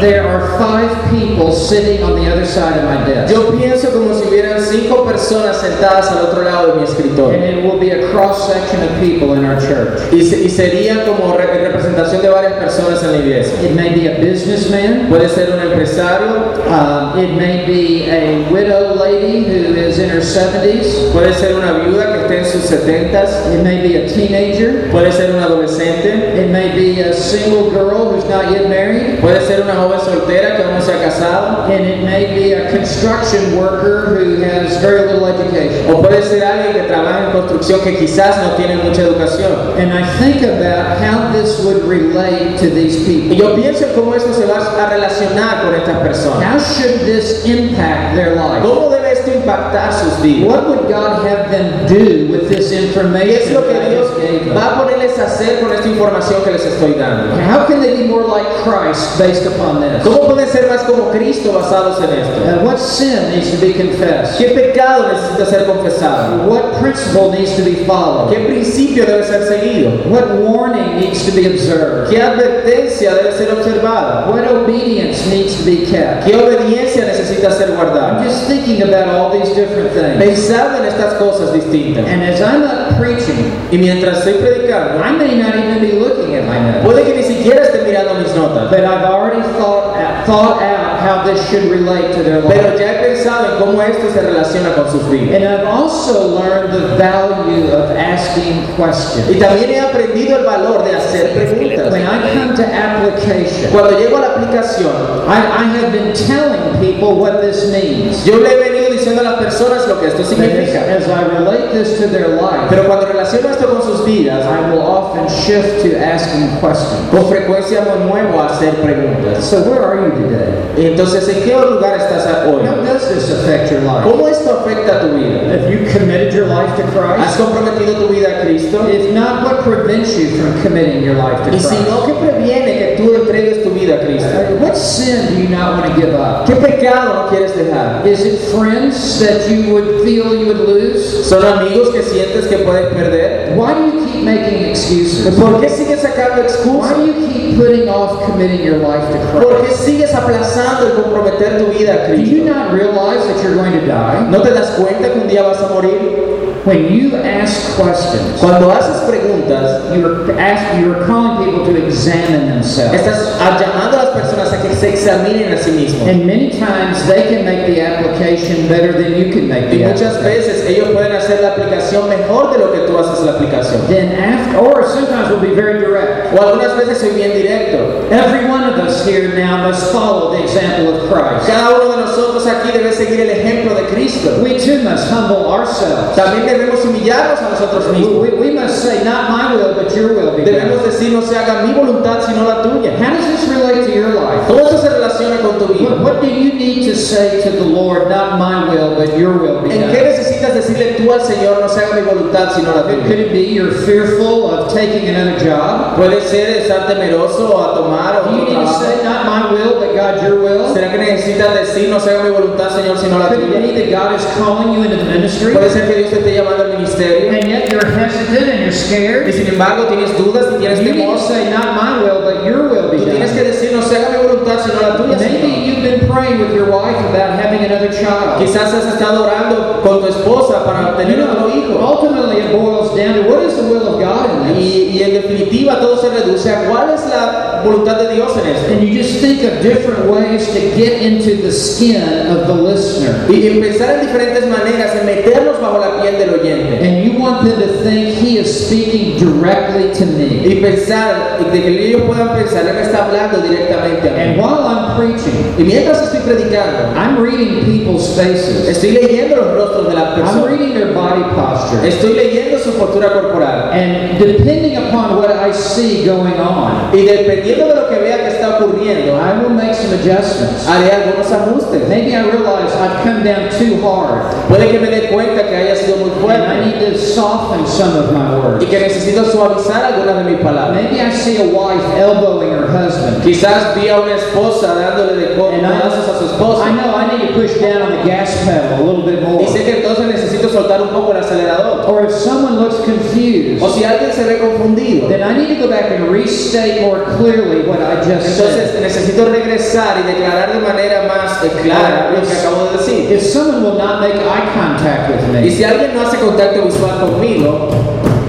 A: there are five people sitting on the other side of my desk.
B: yo pienso como si hubieran cinco personas sentadas al otro lado de mi
A: And
B: escritorio.
A: it will be a cross section of people in our church.
B: Y, se- y sería como re- representación de varias personas en la iglesia.
A: It may be a businessman.
B: Puede ser un empresario,
A: Um, it may be a widow lady who is in her 70s.
B: puede ser una viuda que esté en sus setentas,
A: It may be a teenager.
B: puede ser un adolescente,
A: It may be a single girl who's not yet married.
B: puede ser una joven soltera que aún no se ha casado,
A: And it may be a construction worker who has very little education.
B: o puede ser alguien que trabaja en construcción que quizás no tiene mucha educación.
A: And I think about how this would relate to these
B: Y
A: people.
B: yo pienso en cómo eso se va a relacionar con estas personas.
A: How should this impact their life?
B: ¿Cómo debe esto impactar sus vidas?
A: What would God have them do with this
B: ¿Qué es
A: information
B: lo que
A: that I
B: Dios
A: just gave
B: va
A: them?
B: a ponerles a hacer con esta información que les estoy dando?
A: How can they be more like Christ based upon this?
B: ¿Cómo pueden ser más como Cristo basados en esto?
A: Uh, what sin needs to be confessed?
B: ¿Qué pecado necesita ser confesado?
A: What principle needs to be
B: ¿Qué
A: followed?
B: principio debe ser seguido?
A: What warning needs to be observed?
B: ¿Qué advertencia debe ser observada?
A: What obedience needs to be kept?
B: ¿Qué obediencia necesita ser
A: I'm
B: guardada?
A: just thinking about all these different things.
B: Pensando en estas cosas distintas.
A: And as I'm up preaching,
B: Y mientras estoy predicando,
A: I may not even be looking at my notes,
B: puede que ni siquiera esté mirando mis notas,
A: but I've already thought out, thought out how this should relate to their life.
B: pero ya he pensado en cómo esto se relaciona con sus vidas.
A: And I've also learned the value of asking
B: Y
A: questions.
B: también he aprendido el valor de hacer preguntas.
A: When I come to application,
B: Cuando llego a la aplicación,
A: I, I have been telling people what this means.
B: yo le he venido diciendo a las personas lo que esto
A: But As,
B: significa.
A: as I relate this to their life,
B: Pero cuando relaciono esto con sus vidas,
A: I will often shift to asking questions.
B: con frecuencia me muevo a hacer preguntas.
A: So where are you today?
B: Entonces, ¿en qué lugar estás hoy?
A: How does this affect your life?
B: ¿Cómo esto afecta tu vida?
A: Have you committed your life to
B: ¿Has
A: Christ?
B: comprometido tu vida a Cristo?
A: If not, what prevents you from committing your life to
B: Y si
A: Christ?
B: no, ¿qué previene que tú entregues tu vida a Cristo?
A: Uh, What sin do you not want to give up?
B: ¿Qué pecado no quieres dejar?
A: Is it friends that you would feel you would lose?
B: ¿Son amigos que sientes que puedes perder?
A: Why do you keep making excuses?
B: ¿Por qué sigues
A: Why
B: sacando excusas?
A: do you keep putting off committing your life to
B: ¿Por
A: Christ?
B: qué sigues aplazando el comprometer tu vida a
A: Do
B: Cristo?
A: you not realize that you're going to die?
B: ¿No te das cuenta que un día vas a morir?
A: When you ask questions,
B: Cuando haces preguntas,
A: you are, ask, you are calling people to examine themselves.
B: estás llamando a las personas a que se examinen a sí mismos.
A: And many times they can make the application better than you can make
B: Y
A: the
B: muchas
A: application.
B: veces ellos pueden hacer la aplicación mejor de lo que tú haces la aplicación.
A: Then after, or sometimes we'll be very direct.
B: O algunas veces soy bien directo.
A: Every one of us here now must follow the example of Christ.
B: Cada uno de nosotros aquí debe seguir el ejemplo de Cristo.
A: We too must humble ourselves.
B: También debemos humillarnos a nosotros
A: We,
B: mismos.
A: we- we must say, Not my will, but your will be
B: Debemos
A: done.
B: decir, no se haga mi voluntad sino la tuya.
A: How does this relate to your life?
B: Todo eso se relaciona con tu vida.
A: What, what do you need to say to the Lord, Not my will, but your will be
B: ¿En qué
A: done?
B: necesitas decirle tú al Señor, no se haga mi voluntad sino la
A: Could could
B: tuya?
A: it be you're fearful of taking another job?
B: Puede ser estar temeroso a tomar
A: Do you
B: o
A: need to say, Not my will, but God, your will?
B: ¿Será que necesitas decir, no se haga mi voluntad Señor sino la
A: Could it be
B: tuya?
A: that God is calling you into the ministry?
B: Puede ser que Dios te esté llamando al ministerio
A: And yet you're hesitant and you're scared.
B: y sin embargo tienes dudas y tienes
A: You need
B: temor.
A: to say, not my will, but your will be
B: Tú tienes
A: done.
B: que decir, no se haga mi voluntad sino la tuya. Señor.
A: Maybe you've been praying with your wife about having another child.
B: Quizás has estado orando con tu esposa para
A: You
B: tener
A: know,
B: otro hijo.
A: ultimately it boils down to what is the will of God in
B: Y,
A: this?
B: y en definitiva todo se reduce a cuál es la voluntad de Dios en esto.
A: And you just think of different ways to get into the skin of the listener.
B: Y y pensar en diferentes maneras, en meternos bajo la piel del oyente.
A: And you want them to think he is speaking directly to me.
B: y pensar, y de que ellos puedan pensar, él me está hablando directamente a mí.
A: And while I'm preaching,
B: Y mientras estoy predicando,
A: I'm reading people's faces.
B: estoy leyendo los rostros de las
A: I'm
B: personas,
A: reading their body posture.
B: estoy leyendo su postura corporal.
A: And depending upon what I see going on,
B: Y dependiendo de lo que vea que está ocurriendo,
A: I will make some adjustments.
B: haré algunos ajustes.
A: Maybe I realize I've come down too hard,
B: Puede que me dé cuenta que haya sido muy
A: and I
B: fuerte
A: need to soften some of my
B: y
A: words.
B: que necesito suavizar algunas de mis palabras.
A: Maybe I see a wife elbowing her husband,
B: Quizás vi a una esposa dándole de co-
A: and I,
B: codazos a su esposo.
A: I know I need to push down on the gas pedal a little bit
B: Y sé
A: more.
B: que entonces necesito soltar un poco el acelerador.
A: Or if someone looks
B: O
A: confused,
B: si alguien se ve confundido,
A: then I need to go back and restate more clearly what I just said.
B: Entonces necesito regresar y declarar de manera más eh, clara lo que acabo de decir.
A: If someone will not make eye contact with
B: Y
A: me,
B: si alguien no hace contacto visual conmigo,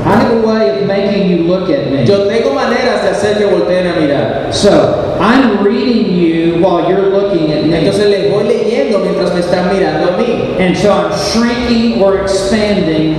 A: I have a way of making you look at me.
B: yo tengo maneras de hacer que volteen a mirar.
A: So I'm reading you while you're looking at me.
B: Entonces les voy leyendo mientras me están mirando a mí.
A: And so I'm shrinking or expanding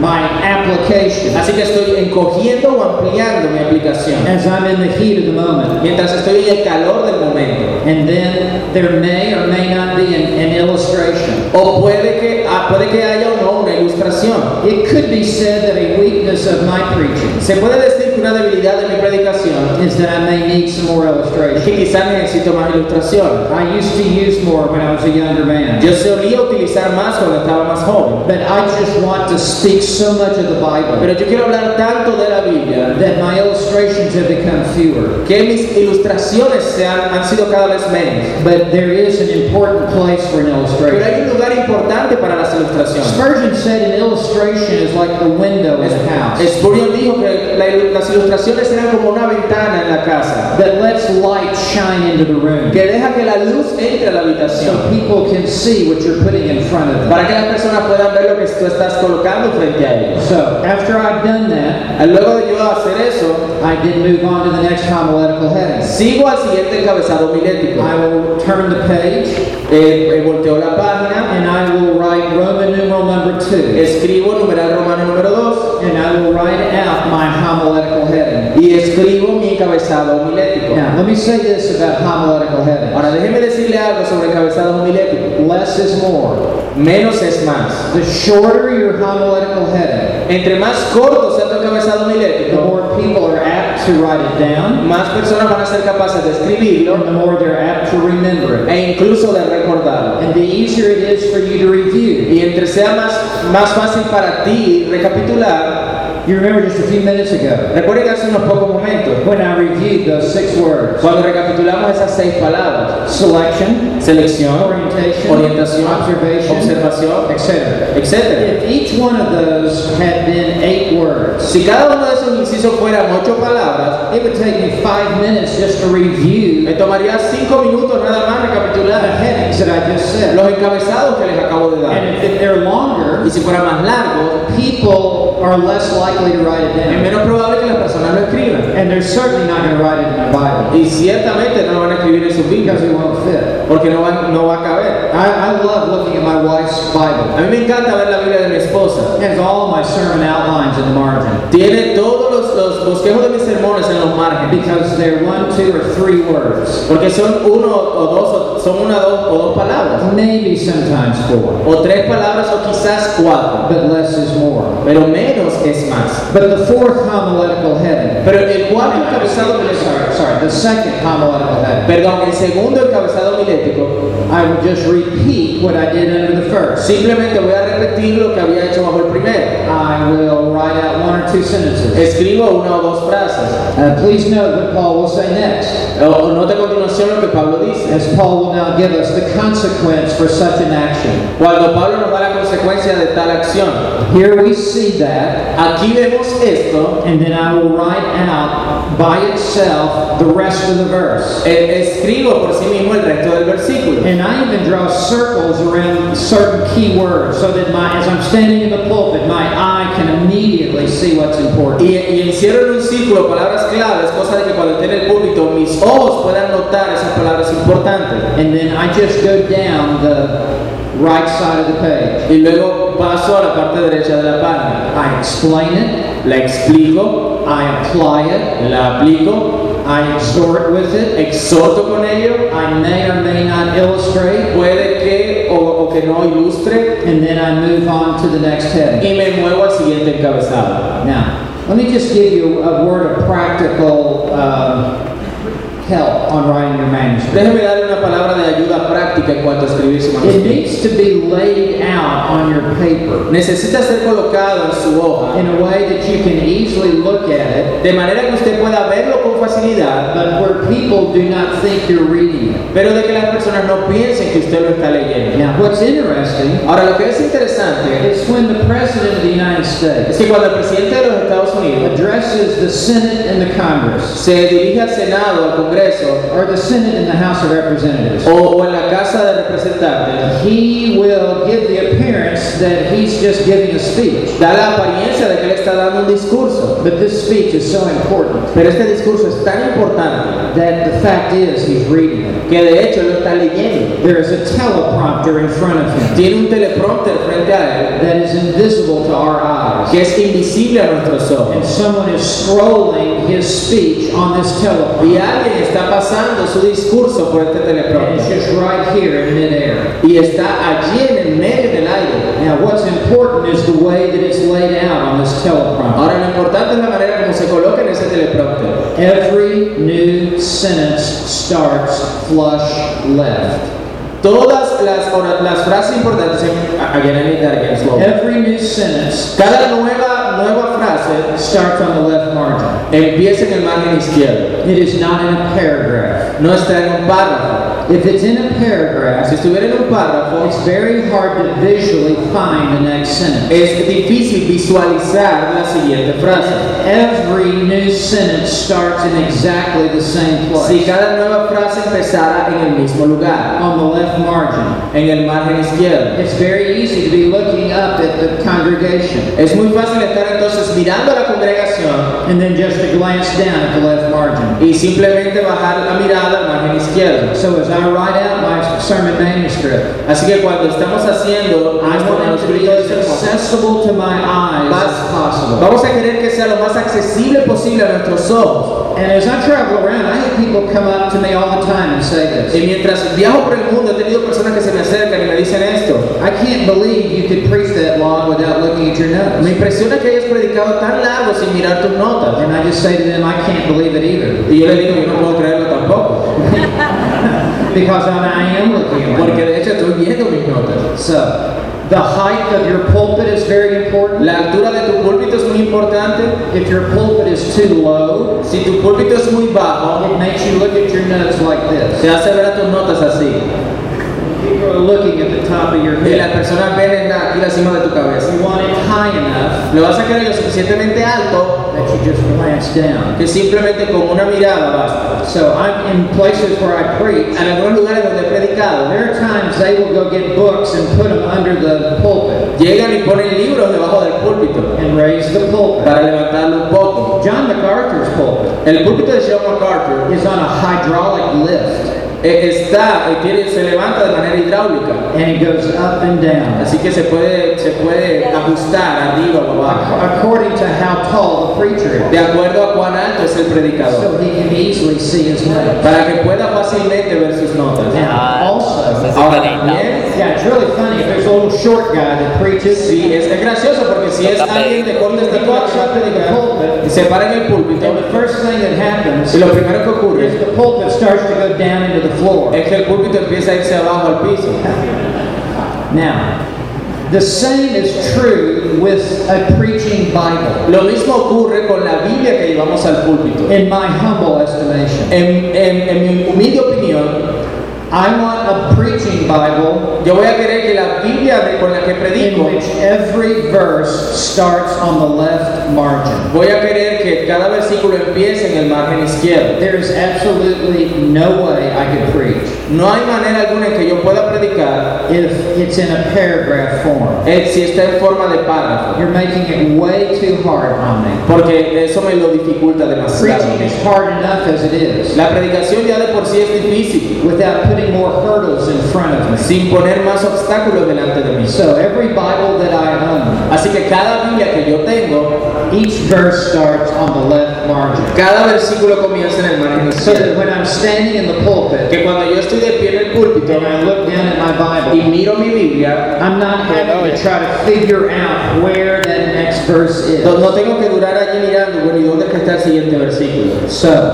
A: my application
B: Así que estoy encogiendo o ampliando mi aplicación
A: as I'm in the heat of the moment.
B: mientras estoy en el calor del momento.
A: And then there may or may not be an, an illustration.
B: O puede que, ah, puede que haya o no una ilustración.
A: It could be said that a weakness of my preaching
B: Se puede decir que una debilidad de mi predicación
A: is that I may need some more
B: es
A: illustration.
B: que quizás necesito más ilustración.
A: I used to use more when I was a younger man.
B: Yo solía utilizar más cuando estaba más joven.
A: But I just want to speak so much of the Bible
B: Pero yo quiero hablar tanto de la Biblia
A: that my illustrations have become fewer.
B: que mis ilustraciones se han, han sido cada vez menos.
A: But there is an important place for an
B: Pero
A: illustration.
B: hay un lugar importante para las ilustraciones.
A: Spurgeon said an illustration is like the window in a house
B: Spurgeon dijo que la ilu- las ilustraciones eran como una ventana en la casa
A: that lets light shine into the room
B: que deja que la luz entre a la
A: so
B: habitación
A: people can see what you're putting in front of them.
B: para que las personas puedan ver lo que tú estás colocando frente a ellos.
A: So after I've done that,
B: Luego de yo hacer eso,
A: I then move on to the next homiletical heading.
B: sigo al siguiente encabezado milético.
A: I will turn the page
B: Eh, eh, volteo la página,
A: and I will write Roman numeral number two
B: escribo numeral romano número 2
A: and I will write out my homiletical heading.
B: y escribo mi encabezado milético.
A: Now let me say this about homiletical heading.
B: Ahora déjeme decirle algo sobre encabezados homiléticos.
A: Less is more.
B: Menos es más.
A: The shorter your homiletical heading,
B: Entre más corto sea tu encabezado
A: the
B: homilético,
A: more people are apt to write it down,
B: más personas van a ser capaces de
A: and
B: escribirlo
A: the more they're apt to remember it.
B: e incluso de recordarlo.
A: And the easier it is for you to review.
B: Y entre sea más, más fácil para ti recapitular,
A: You remember just a few minutes ago
B: recuerden que hace unos pocos momentos,
A: when I reviewed those six words
B: cuando recapitulamos esas seis palabras,
A: selection,
B: selección,
A: orientation,
B: Orientación,
A: observation,
B: observación,
A: etc.
B: etc.
A: If each one of those had been eight words,
B: Si cada uno de esos incisos fueran ocho palabras,
A: it would take me five minutes just to review
B: me tomaría cinco minutos nada más
A: the
B: recapitular
A: headings that I just said.
B: los encabezados que les acabo de dar.
A: And if they're longer,
B: Y si fuera más largo,
A: people are less likely to write it
B: es
A: down.
B: menos probable que las personas lo escriban.
A: And they're certainly not going to write it in the Bible
B: Y ciertamente no lo van a escribir en su
A: because
B: Biblia,
A: it won't fit.
B: porque no va, no va a caber.
A: I, I love looking at my wife's Bible.
B: A mí me encanta ver la Biblia de mi esposa.
A: It has all my sermon outlines in the margin
B: Tiene todos los, los bosquejos de mis sermones en los márgenes.
A: because they're one, two, or three words.
B: Porque son uno o dos, o- son una dos, o dos palabras.
A: Maybe sometimes four,
B: O tres palabras o quizás cuatro.
A: but less is more.
B: Pero menos es más.
A: But the fourth homiletical heading,
B: Pero el cuarto encabezado
A: sorry,
B: milético.
A: sorry, the second homiletical heading,
B: Perdón, el segundo encabezado milético.
A: I will just repeat what I did under the first.
B: Simplemente voy a repetir lo que había hecho bajo el primero.
A: I will write out one or two sentences.
B: Escribo una o dos frases.
A: Uh, please note what Paul will say next,
B: O- O note a continuación lo que Pablo dice.
A: as Paul will now give us the consequence for such an action.
B: Cuando Pablo nos da la consecuencia de tal acción.
A: Here we see that,
B: Aquí vemos esto.
A: and then I will write out by itself the rest of the verse.
B: Eh, Escribo por sí mismo el resto del versículo.
A: And I even draw circles around certain key words so that my, as I'm standing in the pulpit, my eye can immediately see what's important.
B: Y, y encierro en un círculo palabras claves, cosa de que cuando esté en el púlpito mis ojos puedan notar esas palabras importantes.
A: And then I just go down the right side of the page.
B: Y luego paso a la parte derecha de la página.
A: I explain it,
B: La explico,
A: I apply it,
B: la aplico,
A: I exhort with it,
B: exhorto con ello,
A: I may or may not illustrate,
B: puede que o, o que no ilustre,
A: and then I move on to the next heading.
B: y me muevo al siguiente encabezado.
A: Now, let me just give you a word of practical um, help on writing your manuscript.
B: Déjeme darle una palabra de ayuda práctica en cuanto a escribir su
A: It
B: manuscrito.
A: needs to be laid out on your paper
B: Necesita ser colocado en su hoja,
A: in a way that you can easily look at it,
B: de manera que usted pueda verlo con facilidad
A: but where people do not think you're reading it.
B: pero de que las personas no piensen que usted lo está leyendo.
A: Now, what's interesting
B: Ahora, lo que es interesante
A: is when the President of the United
B: es
A: States
B: que cuando el presidente de los Estados Unidos
A: addresses the Senate and the Congress,
B: se dirige al Senado, al Congreso
A: or the Senate and the House of Representatives,
B: o, o en la Casa de Representantes,
A: he will give the appearance that he's just giving a speech.
B: da la apariencia de que le está dando un discurso.
A: But this speech is so important
B: Pero este discurso es tan importante
A: that the fact is he's reading it.
B: que de hecho lo está leyendo.
A: There is a teleprompter in front of him
B: Tiene un teleprompter frente a él
A: that is invisible to our eyes.
B: que es invisible a nuestros
A: And
B: ojos.
A: someone is scrolling his speech on this teleprompter.
B: Y alguien está pasando su discurso por este
A: And it's
B: teleprompter.
A: just right here in midair.
B: Y está allí en el medio del aire.
A: Now, what's important is the way that it's laid out on this teleprompter.
B: Ahora lo importante es la manera como se coloca en ese teleprompter.
A: Every new sentence starts flush left.
B: Todas las, ora- las frases importantes en- a- again, I need that again, slow.
A: Every new sentence
B: Cada nueva, nueva frase
A: starts on the left margin.
B: empieza en el margen izquierdo.
A: It is not in a paragraph.
B: No está en un párrafo.
A: If it's in a paragraph,
B: Si estuviera en un párrafo,
A: it's very hard to visually find the next sentence.
B: es difícil visualizar la siguiente frase.
A: Every new sentence starts in exactly the same
B: Si
A: place,
B: cada nueva frase empezara en el mismo lugar,
A: on the left margin.
B: en el margen izquierdo.
A: It's very easy to be looking up at the congregation
B: Es muy fácil estar entonces mirando a la congregación
A: and then just to glance down at the left margin.
B: y simplemente bajar la mirada al margen izquierdo.
A: So as I write out my sermon manuscript,
B: Así que cuando estamos haciendo
A: I
B: nuestro
A: want it to be
B: manuscrito
A: as
B: de sermón,
A: accessible to my eyes as possible.
B: vamos a querer que sea lo más accesible posible a nuestros ojos.
A: And as I travel around, I have people come up to me all the time and say this.
B: Y mientras viajo por el mundo he tenido personas que se me acercan y me dicen esto.
A: I can't believe you could preach that long without looking at your
B: Me
A: notes.
B: impresiona que hayas predicado tan largo sin mirar tus notas.
A: And I just say to them, I can't believe it either.
B: Y yo le digo, yo no puedo creerlo tampoco.
A: Because I, I am looking at my
B: Porque
A: notes.
B: de hecho estoy viendo mis notas.
A: So, the height of your pulpit is very important.
B: La altura de tu púlpito es muy importante.
A: If your pulpit is too low,
B: Si tu púlpito es muy bajo,
A: it makes you look at your notes like this.
B: te hace ver a tus notas así.
A: People are looking at the top of your
B: Y las
A: head.
B: personas ven en la- aquí la cima de tu cabeza.
A: You want it high enough
B: Lo vas a querer lo suficientemente alto
A: that you just glance down.
B: que simplemente con una mirada basta.
A: So, I'm in places where I preach.
B: En algunos lugares donde he predicado,
A: There are times they will go get books and put them under the pulpit
B: llegan y ponen libros debajo del púlpito
A: and raise the pulpit.
B: para levantarlo un poco.
A: John MacArthur's pulpit
B: El púlpito de John MacArthur
A: is on a hydraulic lift.
B: eh, está, eh, tiene- se levanta de manera hidráulica.
A: and it goes up and down
B: Así que se puede, se puede ajustar arriba o abajo,
E: ac- according to how tall the preacher is.
B: de acuerdo a cuán alto es el predicador,
E: So he can easily see his notes.
B: para que pueda fácilmente ver sus notas.
A: Now, also,
C: Entonces,
B: Ahora
C: bonito.
B: también,
A: yeah, it's really funny if there's a little short guy that preaches.
B: sí, es, es gracioso porque si es alguien de corte
A: He walks up
B: estatura
A: into the pulpit,
B: y se para en el
A: and
B: púlpito,
A: the first thing that happens
B: y lo primero que
A: is
B: ocurre
A: the pulpit starts to go down into the floor.
B: es que el púlpito empieza a irse abajo al piso.
A: Now, the same is true with a preaching Bible,
B: Lo mismo ocurre con la Biblia que llevamos al púlpito.
A: in my humble estimation.
B: En, en- en mi humilde opinión,
A: I want a preaching Bible
B: yo voy a querer que la Biblia con la que
A: in
B: predico
A: which every verse starts on the left margin.
B: Voy a querer que cada versículo empiece en el margen izquierdo.
A: There is absolutely no way I could preach
B: No hay manera alguna en que yo pueda predicar
A: if it's in a paragraph form.
B: eh, si está en forma de párrafo,
A: You're making it way too hard on me.
B: porque eso me lo dificulta demasiado.
A: Preaching is hard enough as it is
B: La predicación ya de por sí es difícil,
A: without putting more hurdles in front of me.
B: sin poner más obstáculos delante de mí.
A: So every Bible that I
B: Así que cada Biblia que yo tengo,
A: own, each verse starts on the left margin.
B: cada versículo comienza en el margen
A: So that
B: izquierdo.
A: when I'm standing in the pulpit
B: Que cuando yo estoy de pie en el
A: and
B: púlpito
A: I look down at my
B: y
A: Bible,
B: miro mi Biblia,
A: I'm not having to try to figure out where that next verse is.
B: no, no tengo que durar allí mirando, bueno, ¿y dónde es que está el siguiente versículo?
A: So,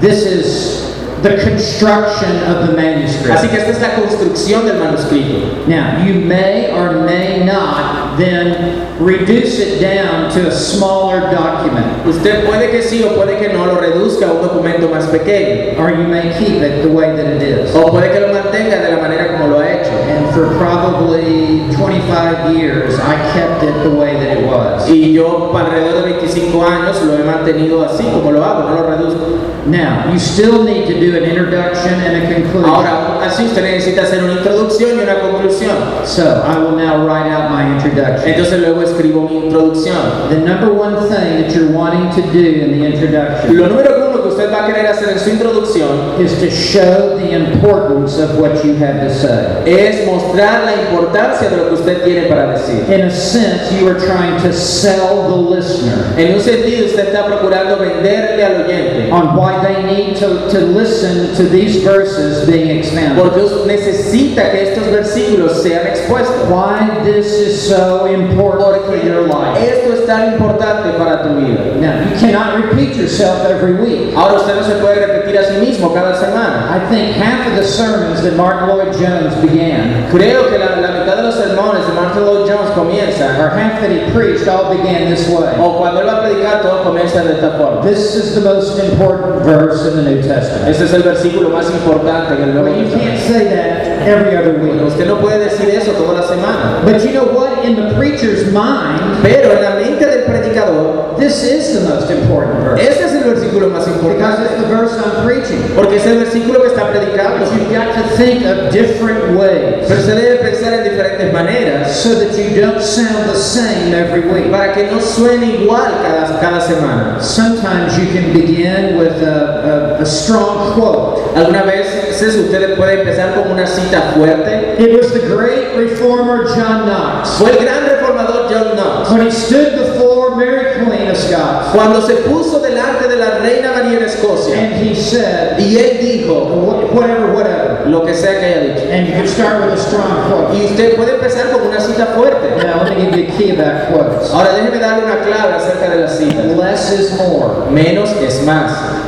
A: this is the construction of the
B: Así
A: manuscript.
B: que esta es la construcción del manuscrito.
A: Now, you may or may not then reduce it down to a smaller document,
B: Usted puede que sí o puede que no lo reduzca a un documento más pequeño.
A: or you may keep it the way that it is.
B: O puede que lo mantenga de la manera como lo ha hecho.
A: And for probably 25 years, I kept it the way that it was.
B: Y yo para alrededor de 25 años lo he mantenido así como lo hago, no lo reduzco.
A: Now, you still need to do an introduction and a conclusion.
B: Ahora, aún así usted necesita hacer una introducción y una conclusión.
A: So, I will now write out my introduction.
B: Entonces luego escribo mi introducción.
A: The number one thing that you're wanting to do in the introduction
B: Lo número uno que usted va a querer hacer en su introducción
A: is to show the importance of what you have to say.
B: es mostrar la importancia de lo que usted tiene para decir.
A: In a sense, you are trying to sell the listener
B: En un sentido, usted está procurando venderle al oyente.
A: on why they need to, to listen to these verses being expounded.
B: Porque Dios necesita que estos versículos sean expuestos.
A: Why this is so important for
B: Porque
A: your life.
B: esto es tan importante para tu vida.
A: Now, you cannot repeat yourself every week.
B: Ahora usted no se puede repetir a sí mismo cada semana.
A: I think half of the sermons that Martin Lloyd Jones began,
B: Creo que la, la mitad de los sermones de Martin Lloyd Jones
A: or
B: comienzan,
A: half that he preached, all began this way.
B: o cuando él va a predicar, todo comienza de esta forma.
A: This is the most important verse in the New Testament.
B: Ese es el versículo más importante que el
A: Well,
B: Nuevo
A: you can't
B: Testamento.
A: say that every other week.
B: Bueno, Usted no puede decir eso toda la semana.
A: But you know what? In the preacher's mind,
B: Pero en la mente del predicador,
A: this is the most important verse.
B: este es el versículo más
A: Because
B: importante.
A: it's the verse I'm preaching.
B: Porque es el versículo que está predicando.
A: But you've got to think of different ways
B: Pero se debe pensar en diferentes maneras
A: so that you don't sound the same every week.
B: para que no suene igual cada, cada semana.
A: Sometimes you can begin with a, a, a strong quote.
B: Algunas veces ustedes pueden empezar con una cita fuerte.
A: It was the great reformer John Knox
B: Fue el gran reformador John Knox.
A: when he stood before Mary Queen of Scots
B: Cuando se puso delante de la reina María de Escocia
A: and he said,
B: y él dijo
A: wh- whatever, whatever.
B: lo que sea que haya dicho.
A: And you can start with a strong quote.
B: Y usted puede empezar con una cita fuerte.
A: Now, let me give you a key about quotes.
B: Ahora déjeme darle una clave acerca de las citas.
A: Less is more.
B: Menos es más.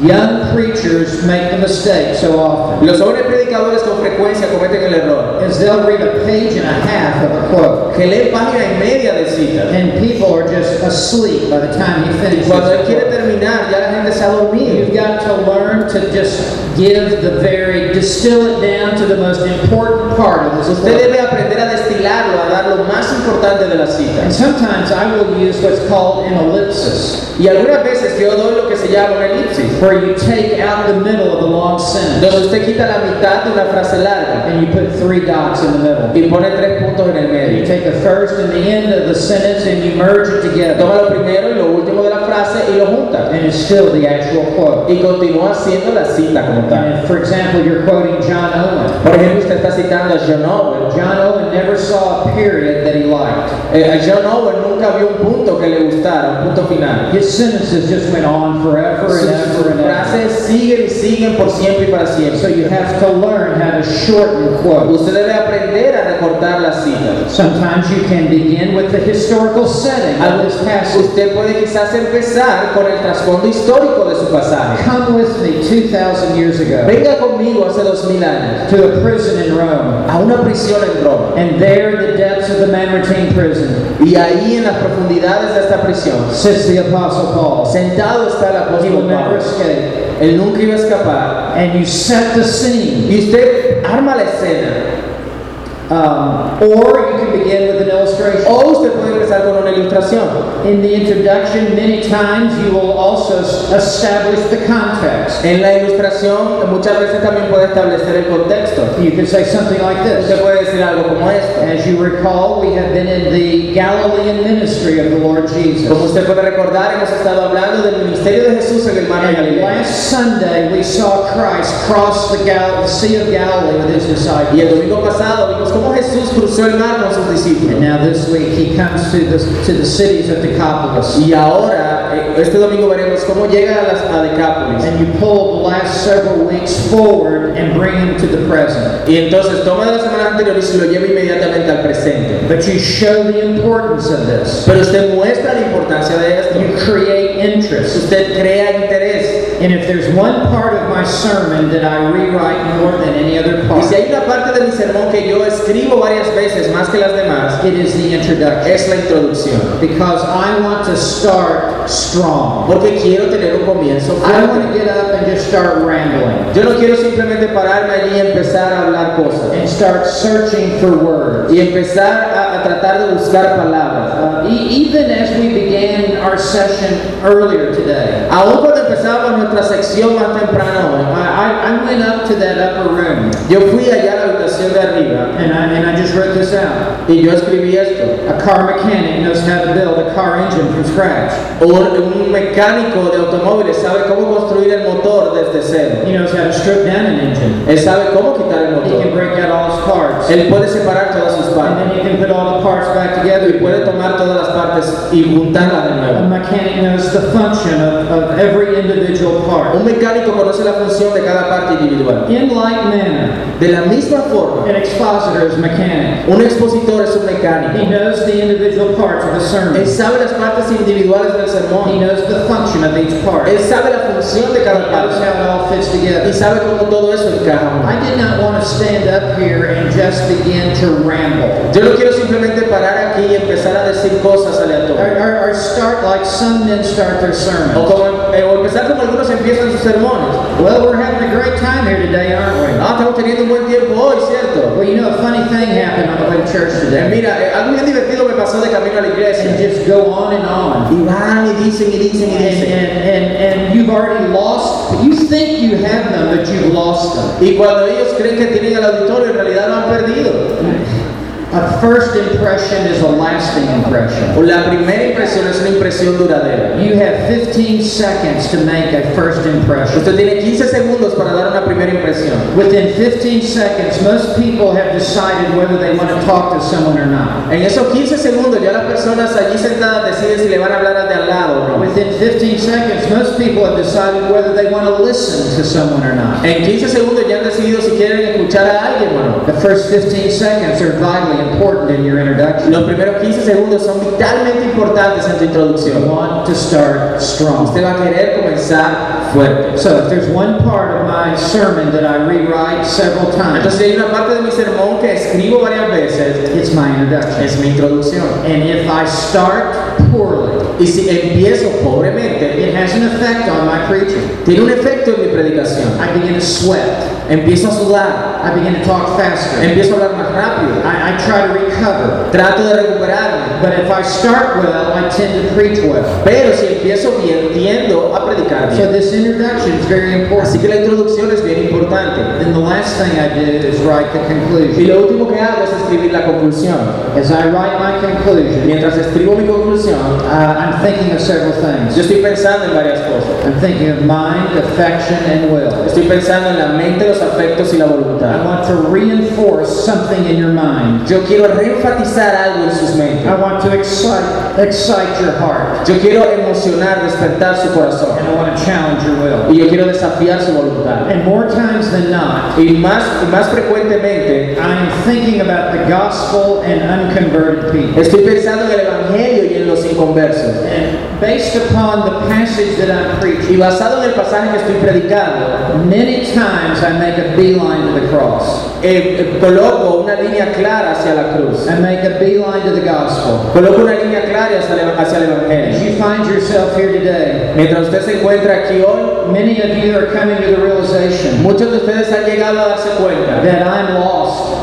A: Young preachers make the mistake so often
B: Los jóvenes predicadores con frecuencia cometen el error
A: is they'll read a page and a half of a quote,
B: que leen página y media de citas.
A: and people are just asleep by the time he finishes.
B: Cuando él
A: the
B: quiere
A: quote.
B: terminar, ya la gente se ha dormido.
A: You've got to learn to just give the very, distill it down to the most important part of this
B: Usted
A: quote.
B: debe aprender a destilarlo, a dar lo más importante de la cita.
A: And sometimes I will use what's called an ellipsis,
B: Y algunas veces yo doy lo que se llama una elipsis,
A: where you take out the middle of a long sentence
B: donde usted quita la mitad de una frase larga
A: and you put three dots in the middle.
B: y pone tres puntos en el medio.
A: take the first and the end of the sentence and you merge it together.
B: Toma lo primero y lo último de la frase y lo juntas.
A: And it's still the actual quote.
B: Y continúa haciendo la cita como tal.
A: And if, for example, you're quoting John Owen.
B: Por ejemplo, usted está citando a John Owen.
A: John Owen never saw a period that he liked.
B: Eh, a John Owen nunca vio un punto que le gustara, un punto final.
A: His sentences just went on forever
B: Sus
A: and ever
B: sus
A: and ever.
B: frases siguen y siguen por siempre y para
A: So
B: siempre.
A: you have to learn how to shorten quotes.
B: Usted debe aprender a recortar las citas.
A: Sometimes you can begin with the historical setting of this passage.
B: Usted puede quizás empezar con el trasfondo histórico de su pasaje.
A: Come with me 2,000 years ago
B: Venga conmigo hace dos mil años
A: to a prison in Rome.
B: a una prisión en Roma.
A: And there, in the depths of the Mamertine prison,
B: Y ahí en las profundidades de esta prisión,
A: sits the Apostle Paul.
B: sentado está el
A: He will
B: apóstol
A: never
B: Pablo.
A: escape.
B: Él nunca iba a escapar.
A: And you set the scene.
B: Y usted arma la escena.
A: Um, or you can begin with an illustration.
B: O usted puede empezar con una ilustración.
A: In the introduction, many times you will also s- establish the context.
B: En la ilustración muchas veces también puede establecer el contexto.
A: You can say something like
B: Usted
A: this.
B: puede decir algo como esto.
A: As you recall, we have been in the Galilean ministry of the Lord
B: Como
A: Jesus.
B: usted puede recordar, hemos estado hablando del ministerio de Jesús en el mar de
A: And
B: Galilea.
A: last Sunday, we saw Christ cross the, Gal- the Sea of Galilee with his
B: Y el
A: disciples.
B: domingo pasado vimos cómo Jesús cruzó el mar con sus
A: And
B: discípulos.
A: now this week, he comes to the, to the cities of Decapolis.
B: Y ahora, eh, este domingo veremos cómo llega a, las, a Decápolis.
A: And you pull the last several weeks forward and bring him to the present.
B: Y entonces toma de la semana anterior y se lo lleva inmediatamente al presente.
A: But you show the importance of this.
B: Pero usted muestra la importancia de esto.
A: You create interest.
B: Usted crea interés.
A: And if there's one part of my sermon that I rewrite more than any other
B: Y
A: part,
B: si hay una parte de mi sermón que yo escribo varias veces más que las demás,
A: it is the introduction.
B: es la introducción.
A: Because I want to start strong.
B: Porque quiero tener un comienzo
A: I don't want to
B: fuerte.
A: get up and just start rambling
B: Yo no quiero simplemente pararme allí y empezar a hablar cosas.
A: and start searching for words.
B: y empezar a, a tratar de buscar palabras.
A: Uh, e- even as we began our session earlier today,
B: Aún cuando empezábamos nuestra sección más temprano,
A: I, I, I went up to that upper room
B: hoy, yo fui allá a la habitación de arriba
A: and I, and I just wrote this out.
B: y yo escribí esto.
A: A car mechanic knows how to build a car engine from scratch.
B: Un, un mecánico de automóviles sabe cómo construir el motor desde cero.
A: He knows how to strip down an engine.
B: Él sabe cómo quitar el
A: He can
B: motor.
A: break out all his parts.
B: Él puede separar todas sus
A: And
B: partes
A: then he can put all the parts back
B: y
A: together.
B: puede tomar todas las partes y juntarlas de
A: A
B: nuevo.
A: mechanic knows the function of, of every individual part.
B: Un mecánico conoce la función de cada parte individual.
A: In like manner,
B: De la misma forma,
A: an expositor is a mechanic.
B: un expositor es un
A: He
B: mecánico.
A: knows the individual parts of a sermon.
B: Él sabe las partes individuales del sermón.
A: He knows the function of each part. He
B: Él sabe la función de cada
A: knows how
B: parte
A: it all fits
B: y
A: together.
B: sabe cómo todo eso encaja.
A: I did not want to stand up here and just begin to ramble
B: Yo no quiero simplemente parar aquí y empezar a decir cosas
A: or,
B: aleatorias.
A: or, or start like some men start their sermons.
B: O, como, eh, o empezar como algunos empiezan sus sermones.
A: Well, we're having a great time here today, aren't
B: Ah, estamos teniendo un buen tiempo hoy,
A: we?
B: ¿cierto?
A: Well, you know, a funny thing happened on the way to church
B: Eh,
A: today.
B: mira, eh, algo bien divertido me pasó de camino a la
A: And
B: iglesia.
A: just go on and on.
B: Y van y dicen y dicen
A: And,
B: y dicen.
A: and, and, and you've already lost, you think you have them, but you've lost them.
B: Y cuando ellos creen que tienen el auditorio, en realidad lo han perdido.
A: A first impression is a lasting impression.
B: La primera impresión es una impresión duradera.
A: You have 15 seconds to make a first impression.
B: Usted tiene 15 segundos para dar una primera impresión.
A: Within 15 seconds, most people have decided whether they want to talk to someone or not.
B: En esos 15 segundos ya las personas allí sentadas deciden si le van a hablar al de al lado o no.
A: Within 15 seconds, most people have decided whether they want to listen to someone or not.
B: En 15 segundos ya han decidido si quieren escuchar a alguien o no.
A: The first 15 seconds are vitally important in your introduction.
B: Los primeros 15 segundos son vitalmente importantes en tu
A: You
B: introducción.
A: want to start strong.
B: Usted va a querer comenzar fuerte.
A: So if there's one part of my sermon that I rewrite several
B: Entonces
A: times,
B: si hay una parte de mi sermón que escribo varias veces,
A: it's my introduction.
B: es mi introducción.
A: And if I start poorly,
B: Y si empiezo pobremente,
A: it has an effect on my preaching.
B: tiene un efecto en mi predicación.
A: I begin to sweat.
B: Empiezo a sudar,
A: I begin to talk faster.
B: empiezo a hablar más rápido,
A: I, I try to recover.
B: trato de recuperarme.
A: but if I start well, I tend to preach well.
B: Pero si empiezo bien, tiendo a predicar
A: So
B: bien.
A: this introduction is very
B: Así
A: important.
B: que la introducción es bien importante.
A: And the last thing I did is write the
B: Y
A: conclusion.
B: lo último que hago es escribir la conclusión.
A: As I write my conclusion,
B: Mientras escribo mi conclusión,
A: uh, I'm thinking of several
B: yo
A: things.
B: estoy pensando en varias cosas.
A: I'm thinking of mind, affection, and will.
B: Estoy pensando en la mente, los afectos y la
A: I
B: voluntad.
A: want to reinforce something in your mind.
B: Yo quiero reenfatizar algo en sus mentes.
A: I want to excite, excite your heart.
B: Yo quiero emocionar, despertar su corazón.
A: And I want to challenge your will.
B: Y yo quiero desafiar su voluntad.
A: And more times than not,
B: Y más, y más frecuentemente,
A: I am thinking about the gospel and unconverted people.
B: estoy pensando en el Evangelio y en los inconversos.
A: And based upon the passage that I'm
B: Y
A: preaching,
B: basado en el pasaje que estoy predicando,
A: many times I make a beeline to the cross.
B: eh, eh, coloco una línea clara hacia la cruz.
A: I make a beeline to the gospel.
B: Coloco una línea clara hacia el, hacia el
A: As
B: Evangelio.
A: you find yourself here today,
B: Mientras usted se encuentra aquí hoy,
A: many of you are coming to the realization
B: muchos de ustedes han llegado a darse cuenta
A: that I'm lost.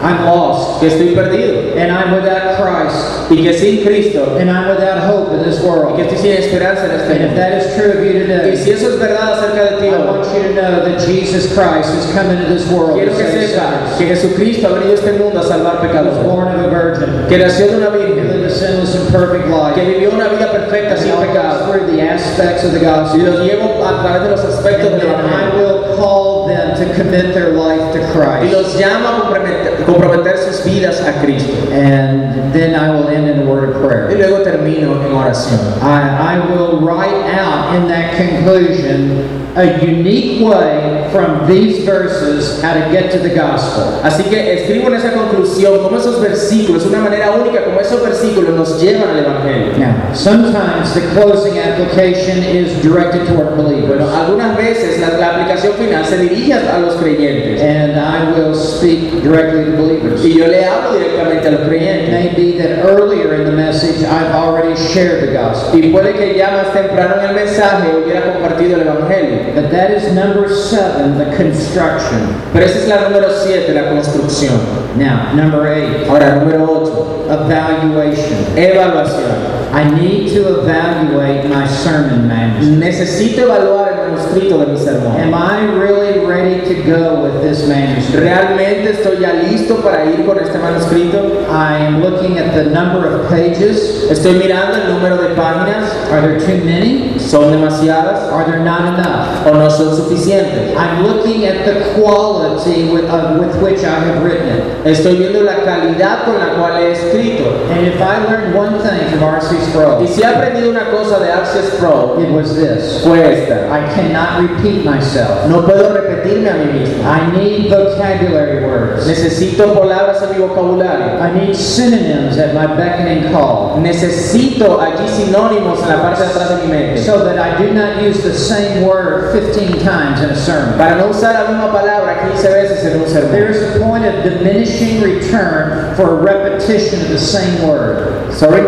A: I'm lost.
B: "Oh, que estoy perdido
A: And I'm without Christ.
B: y que sin Cristo,
A: And I'm without hope in this
B: y que
A: world.
B: estoy sin esperanza en este
A: And if
B: mundo.
A: that is true of you
B: Y
A: today,
B: si eso es verdad acerca de ti,
A: I
B: hoy,
A: want you to know that Jesus Christ has come into this world to
B: quiero que
A: save
B: sepa
A: sinners.
B: que Jesucristo ha venido a este mundo a salvar
A: He was
B: pecadores.
A: born of a virgin.
B: Que nació de una
A: He
B: virgen,
A: lived a sinless and perfect
B: que
A: life.
B: vivió una vida perfecta
A: He
B: sin pecado.
A: walked through the aspects of the
B: Y
A: gospel.
B: los llevo a través de los aspectos
A: And
B: del
A: then I
B: Evangelio.
A: will call them to commit their life to
B: Y
A: Christ.
B: los llama a comprometer, comprometer sus vidas a Cristo.
A: And then I will end in a word of
B: Y
A: prayer.
B: luego termino en oración.
A: I, I will write out in that conclusion a unique way from these verses how to get to the gospel.
B: Así que escribo en esa conclusión cómo esos versículos, una manera única como esos versículos nos llevan al Evangelio.
A: Now, sometimes the closing application is directed toward believers.
B: Bueno, algunas veces la, la aplicación final se dirige a los creyentes.
A: And I will speak directly to believers.
B: Y yo le hablo directamente a los
A: It
B: creyentes.
A: may be that earlier in the message, I've already shared the gospel.
B: Y puede que ya más temprano en el mensaje hubiera compartido el Evangelio.
A: But that is number seven, the construction.
B: Pero esa es la número 7, la construcción.
A: Now, number eight,
B: Ahora, número 8,
A: evaluation.
B: evaluación.
A: I need to evaluate my sermon manuscript.
B: Necesito evaluar el manuscrito de mi sermón.
A: Am I really ready to go with this manuscript?
B: ¿Realmente estoy ya listo para ir con este manuscrito?
A: I am looking at the number of pages.
B: Estoy mirando el número de páginas.
A: Are there too many?
B: ¿Son demasiadas
A: Are there not enough?
B: o no son suficientes?
A: I'm looking at the quality with, uh, with which I have written it.
B: Estoy viendo la calidad con la cual he escrito.
A: And if I learned one thing from R.C. Sproul,
B: Y
A: it
B: si he aprendido una cosa de Access Pro,
A: was this.
B: fue esta.
A: I cannot repeat myself.
B: No puedo repetirme a mí mismo.
A: I need vocabulary words.
B: Necesito palabras en mi vocabulario.
A: I need synonyms at my beck and call
B: Necesito allí sinónimos en la parte de atrás de mi mente.
A: so that I do not use the same word 15 times in a sermon.
B: Para no usar la misma palabra 15 veces en un
A: There
B: sermón.
A: is a point of diminishing return for a repetition of the same word.
B: Sorry.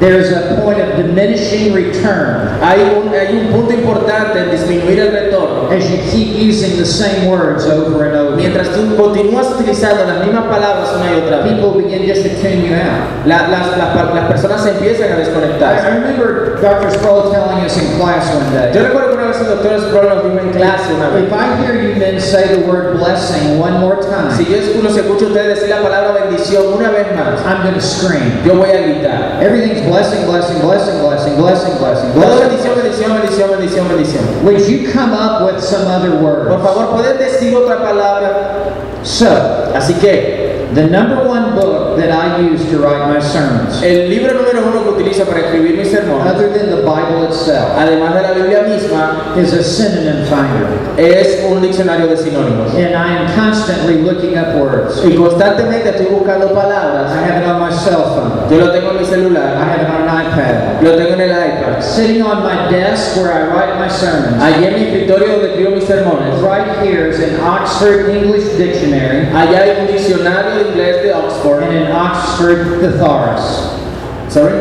A: There is a point of diminishing return
B: Hay un, hay un punto importante en disminuir el retorno.
A: as you keep using the same words over and over.
B: Mientras tú continúas utilizando las mismas palabras una y otra vez,
A: People begin just to tune you out.
B: la- las, las pa- las personas se empiezan a desconectarse.
A: I remember Dr. Sproul telling us in class one
B: Yo
A: day,
B: recuerdo que una vez el doctor Sproul nos dijo en clase una vez,
A: if I hear you men say the word blessing one more
B: si
A: time,
B: yo escu- los escucho a ustedes decir la palabra bendición una vez más,
A: I'm going to scream.
B: yo voy a gritar.
A: Everything's blessing, blessing, blessing, blessing, blessing, blessing, blessing.
B: Todo bendición, bendición, bendición, bendición, bendición.
A: Would you come up with some other
B: Por
A: word?
B: favor, ¿puedes decir otra palabra?
A: So,
B: Así que,
A: the number one book that I use to write my sermons,
B: el libro número uno que utilizo para escribir mi sermón,
A: other than the Bible itself,
B: además de la Biblia misma,
A: is a synonym finder.
B: es un diccionario de sinónimos.
A: And I am constantly looking up words.
B: Y constantemente estoy buscando
A: I
B: palabras.
A: have it on my cell phone.
B: Yo lo tengo en mi
A: I
B: celular,
A: have it on an iPad.
B: lo tengo en el iPad.
A: Sitting on my desk where I write my sermons.
B: Allí en mi escritorio donde escribo mis sermones,
A: Right here is an Oxford English Dictionary
B: allá hay un diccionario de inglés de Oxford.
A: and an Oxford Thesaurus.
B: Sorry.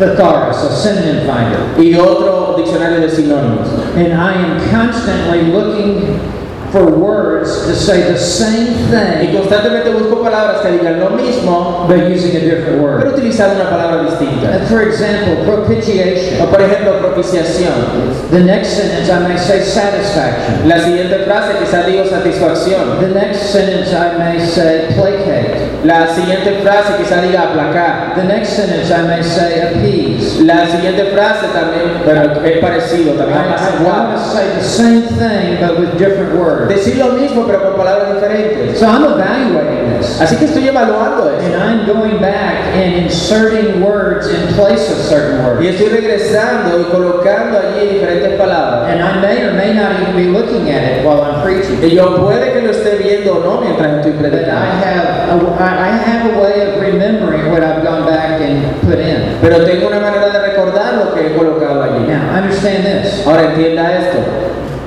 A: Thesaurus, a synonym finder.
B: Y otro diccionario de sinónimos.
A: And I am constantly looking for words to say the same
B: Y
A: thing
B: constantemente busco palabras que digan lo mismo,
A: but using a different
B: pero
A: word.
B: utilizando una palabra distinta.
A: Uh, For example,
B: O
A: propitiation.
B: por ejemplo, propiciación.
A: The next sentence I may say satisfaction.
B: La siguiente frase quizás digo satisfacción.
A: The next sentence I may say placate.
B: La siguiente frase quizás diga aplacar.
A: The next sentence I may say appease.
B: La siguiente frase también, bueno, es parecido,
A: I,
B: también pasa
A: I want
B: igual.
A: to say the same thing but with different words.
B: Decir lo mismo pero con palabras diferentes.
A: So I'm evaluating this.
B: Así que estoy evaluando
A: And
B: eso.
A: I'm going back and inserting words in place of certain
B: Y
A: words.
B: estoy regresando y colocando allí diferentes palabras.
A: And I may or may not even be looking at it while I'm preaching.
B: Y yo puede que lo esté viendo o no mientras estoy
A: But I
B: predicando.
A: have, a, I I have a way of remembering what I've gone back and put in.
B: Pero tengo una manera de recordar lo que he colocado allí.
A: Now, understand this.
B: Ahora entienda esto.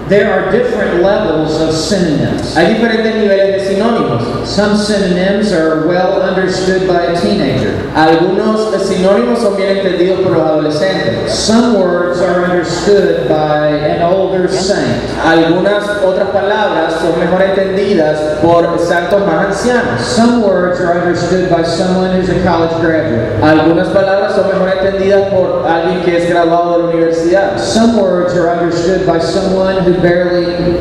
A: There are different levels of synonyms.
B: Hay diferentes niveles de sinónimos.
A: Some synonyms are well understood by a teenager.
B: Algunos sinónimos son bien entendidos por los adolescentes.
A: Some words are understood by an older saint.
B: Algunas otras palabras son mejor entendidas por santos más ancianos.
A: Some words are understood by someone who's a college graduate.
B: Algunas palabras son mejor entendidas por alguien que es graduado de la universidad.
A: Some words are understood by someone who barely,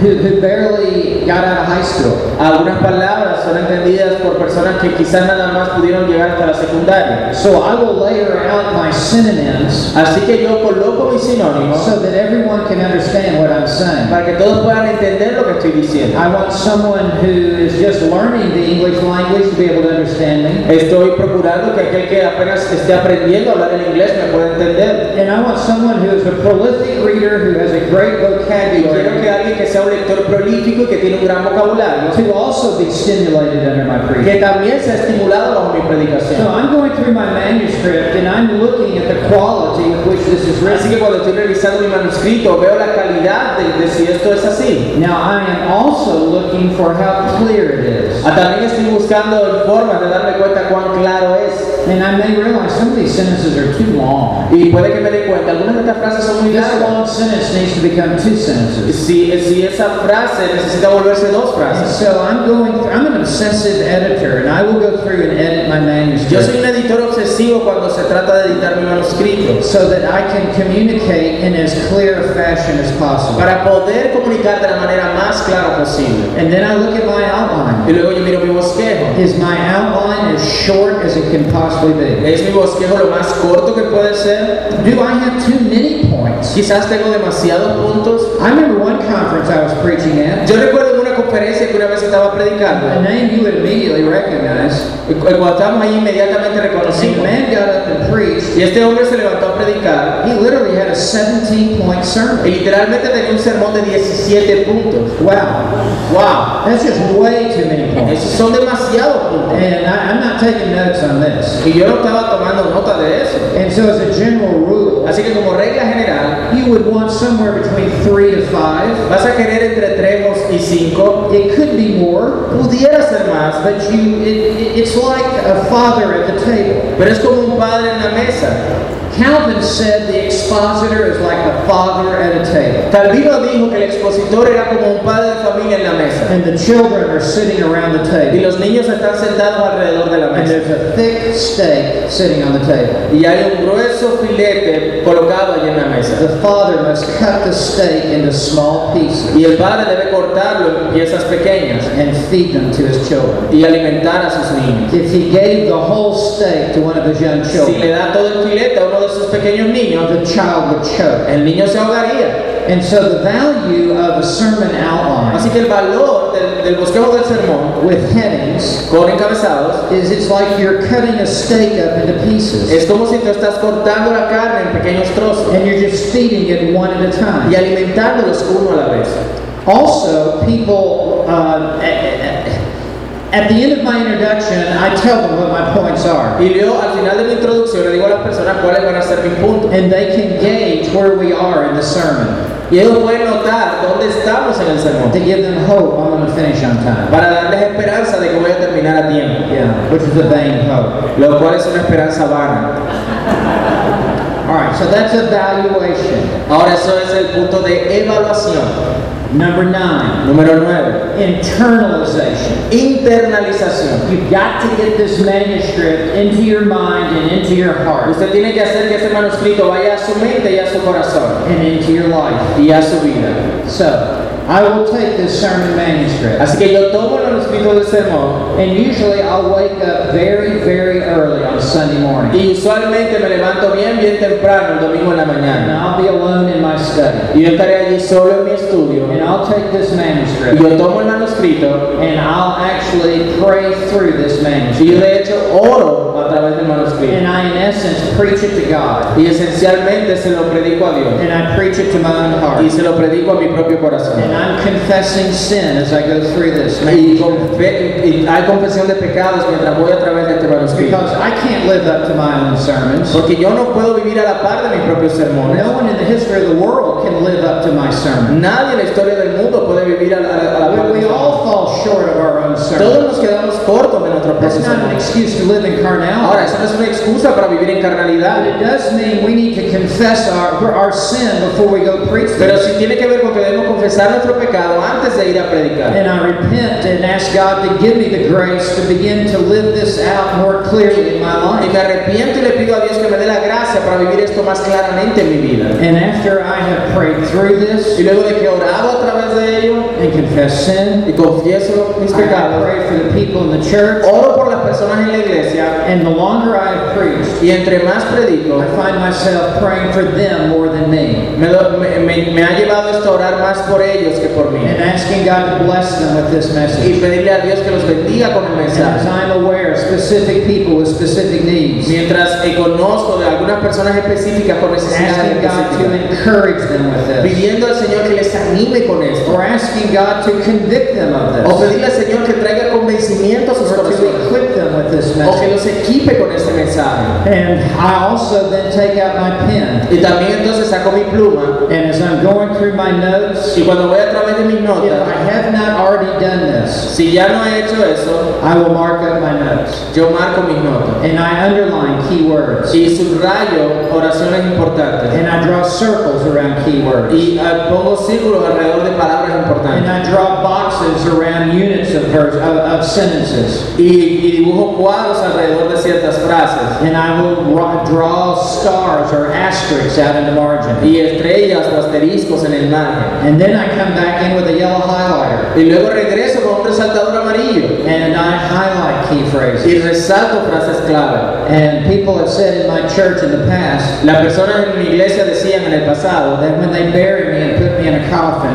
A: who, who barely got out of high school.
B: Algunas palabras son entendidas por personas que quizás nada más pudieron llegar hasta la secundaria.
A: So I will layer out my synonyms
B: Así que yo coloco mis sinónimos
A: so that everyone can understand what I'm saying.
B: para que todos puedan entender lo que estoy diciendo.
A: I want someone who is just learning the English language to be able to understand me.
B: Estoy procurando que aquel que apenas esté aprendiendo a hablar el inglés me pueda entender.
A: And I want someone who is a prolific reader who has a great
B: Y quiero que
A: vocabulary
B: alguien que sea un lector prolífico y que tiene un gran vocabulario,
A: to also be stimulated under my
B: que
A: preaching.
B: también sea estimulado bajo mi predicación.
A: So I'm going through my manuscript and I'm looking at the quality with which this is written.
B: Así que cuando estoy revisando mi manuscrito veo la calidad de, de si esto es así.
A: Now I am also looking for how clear it is.
B: Ah, También estoy buscando formas de darme cuenta cuán claro es.
A: And I may realize some of these sentences are too long.
B: Y puede que me dé cuenta, algunas de estas frases son muy
A: This
B: largas.
A: long sentence needs to become two sentences.
B: Si, si esa frase necesita volverse
A: And
B: dos frases.
A: so I'm going, through, I'm an obsessive editor and I will go through and edit my
B: Yo
A: manuscript
B: soy un editor obsesivo cuando se trata de editar mi manuscrito.
A: so that I can communicate in as clear a fashion as possible.
B: Para poder comunicar de la manera más clara posible.
A: And then I look at my outline.
B: Y luego yo miro mi bosquejo.
A: Is my outline as short as it can possibly be?
B: ¿Es mi bosquejo lo más corto que puede ser?
A: Do I have too many points?
B: Quizás tengo demasiados puntos.
A: I remember one conference I was preaching at.
B: Yo recuerdo en una conferencia que una vez estaba predicando.
A: A name you would immediately recognize.
B: Y cu- Cuando estábamos ahí inmediatamente
A: See, the
B: reconocimos.
A: man got up and preached.
B: Y este hombre se levantó a predicar
A: He literally had a 17-point
B: y
A: sermon.
B: literalmente tenía un sermón de 17 puntos.
A: Wow,
B: ¡Wow!
A: that's just way too many points.
B: Esos Ah, son demasiados puntos.
A: And I, I'm not taking notes on this.
B: Y yo no estaba tomando nota de eso.
A: And so, as a general rule,
B: Así que como regla general,
A: you would want somewhere between three to five.
B: vas a querer entre 3 y 5.
A: It could be more,
B: Pudiera ser más,
A: but you, it, it, it's like a father at the table.
B: pero es como un padre en la mesa.
A: Calvin said the expositor is like a father at a table,
B: Calvino dijo que el expositor era como un padre de familia en la mesa.
A: and the children are sitting around the
B: Y
A: table,
B: los niños están sentados alrededor de la
A: and
B: mesa.
A: there's a thick steak sitting on the table.
B: Y hay un grueso filete colocado allí en la mesa.
A: The father must cut the steak into small pieces
B: Y el padre debe cortarlo en piezas pequeñas
A: and feed them to his children.
B: y alimentar a sus niños.
A: If he gave the whole steak to one of his young
B: Si
A: children,
B: le da todo el filete a uno de sus pequeños niños,
A: the child would choke.
B: el niño se ahogaría.
A: And so the value of a sermon
B: Así
A: outline
B: que el valor del, del bosquejo del sermón,
A: with headings
B: con encabezados,
A: is it's like you're cutting a steak up into pieces
B: es como si tú estás cortando la carne en pequeños trozos
A: and you're just feeding it one at a
B: y
A: time.
B: alimentándolos uno a la vez.
A: Also, people, uh, at, at the end of my introduction, I tell them what my points are.
B: Y yo al final de mi introducción le digo a las personas cuáles van a ser mis puntos.
A: and they can gauge where we are in the sermon
B: Y ellos pueden notar dónde estamos en el
A: to
B: sermón
A: give them hope I'm going to finish on time.
B: para darles esperanza de que voy a terminar a tiempo,
A: Yeah, which is a vain hope.
B: lo cual es una esperanza vana.
A: All right, so that's evaluation.
B: Ahora eso es el punto de evaluación.
A: Number nine,
B: Número 9.
A: internalization.
B: Internalización.
A: You've got to get this manuscript into your mind and into your heart
B: Usted tiene que hacer que ese manuscrito vaya a su mente y a su corazón
A: and into your life.
B: y a su vida.
A: So, I will take this sermon manuscript,
B: Así que yo tomo el manuscrito del este sermón
A: and usually I'll wake up very, very early on Sunday morning,
B: y usualmente me levanto bien, bien temprano el domingo en la
A: and
B: mañana.
A: I'll be alone in my study.
B: Y yo estaré allí solo en mi estudio.
A: And I'll take this
B: Y
A: manuscript
B: yo tomo el manuscrito
A: and I'll actually pray through this
B: y yo
A: manuscript.
B: de hecho oro a través del manuscrito.
A: And I, in essence, preach it to God.
B: Y esencialmente se lo predico a Dios.
A: And I preach it to my own
B: Y
A: heart.
B: se lo predico a mi propio
A: And
B: corazón.
A: I'm confessing sin as I go through this
B: Y,
A: manuscript.
B: confe- y hay confesión de pecados mientras voy a través de este manuscrito.
A: Because I can't live up to my own sermons.
B: Porque yo no puedo vivir a la par de mis propios sermones.
A: No one in the history of the world can live up to my sermon.
B: Nadie en la historia del mundo puede vivir a la, a la par. de
A: We, we
B: mis
A: all fall short of our own
B: Todos
A: sermon.
B: nos quedamos cortos de nuestros
A: That's
B: propios
A: not an
B: sermones.
A: excuse to live in
B: Ahora,
A: carnality.
B: eso no es una excusa para vivir en
A: But
B: carnalidad.
A: it does mean we need to confess our, our sin before we go preach
B: Pero
A: this.
B: sí tiene que ver con que debemos confesar nuestro pecado antes de ir a predicar.
A: And I repent and ask God to give me the grace to begin to live this out more clearly in my
B: Y
A: life.
B: me arrepiento y le pido a Dios que me dé la gracia para vivir esto más claramente en mi vida.
A: And after I have prayed through
B: Y
A: this
B: luego de que he orado a través de ello
A: and confessed sin,
B: y confieso mis
A: I
B: pecados,
A: pray for the people in the church.
B: oro por las personas en la iglesia
A: And the longer I have preached,
B: y entre más predico,
A: I find myself praying for them more than me
B: me, lo- me- me- me ha llevado esto a orar más por ellos que por mí.
A: and asking God to bless them with this
B: Y
A: message.
B: pedirle a Dios que los bendiga con el
A: And as
B: mensaje.
A: I'm aware of specific people with specific needs,
B: Mientras eh, conozco de algunas personas específicas con necesidades
A: asking God to
B: específicas,
A: encourage them with this,
B: pidiendo al Señor que les anime con esto,
A: or asking God to convict them of
B: o
A: this,
B: pedirle al Señor que traiga convencimiento a sus
A: or to
B: corazones,
A: equip them with this
B: o
A: message.
B: que los equipe con este mensaje.
A: And I also then take out my pen.
B: Y también entonces saco mi pluma
A: And as I'm going through my notes,
B: Y cuando voy a través de mis
A: if I
B: notas,
A: have not already done this,
B: si ya no he hecho eso,
A: I will mark up my notes.
B: yo marco mis notas.
A: And I underline key words.
B: Y subrayo oraciones importantes.
A: And I draw circles around key words.
B: Y ah, pongo círculos alrededor de palabras
A: And
B: importantes.
A: I draw boxes around units of, verse, of, of sentences.
B: Y, y dibujo cuadros alrededor de ciertas frases.
A: And I will ro- draw stars or asterisks out in the margin.
B: Y estrellas o asteriscos en el margen.
A: And then I come back in with a yellow highlighter.
B: Y luego regreso con un resaltador amarillo.
A: And I highlight key phrases.
B: Y resalto frases clave.
A: And people have said in my church in the past,
B: Las personas en mi iglesia decían en el pasado
A: that when they bury me and put me in a coffin,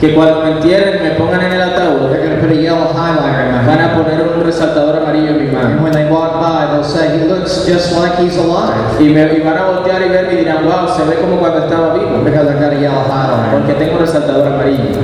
B: que cuando me entierren y me pongan en el ataúd,
A: they're going to put a yellow highlighter in my
B: van a
A: mouth.
B: poner un resaltador amarillo en mi mano.
A: And when they walk by, they'll say, he looks just like he's alive
B: Y, me, y van a voltear y verme y dirán, wow, se ve como cuando estaba vivo,
A: because I've got a yellow highlighter.
B: porque tengo un resaltador amarillo.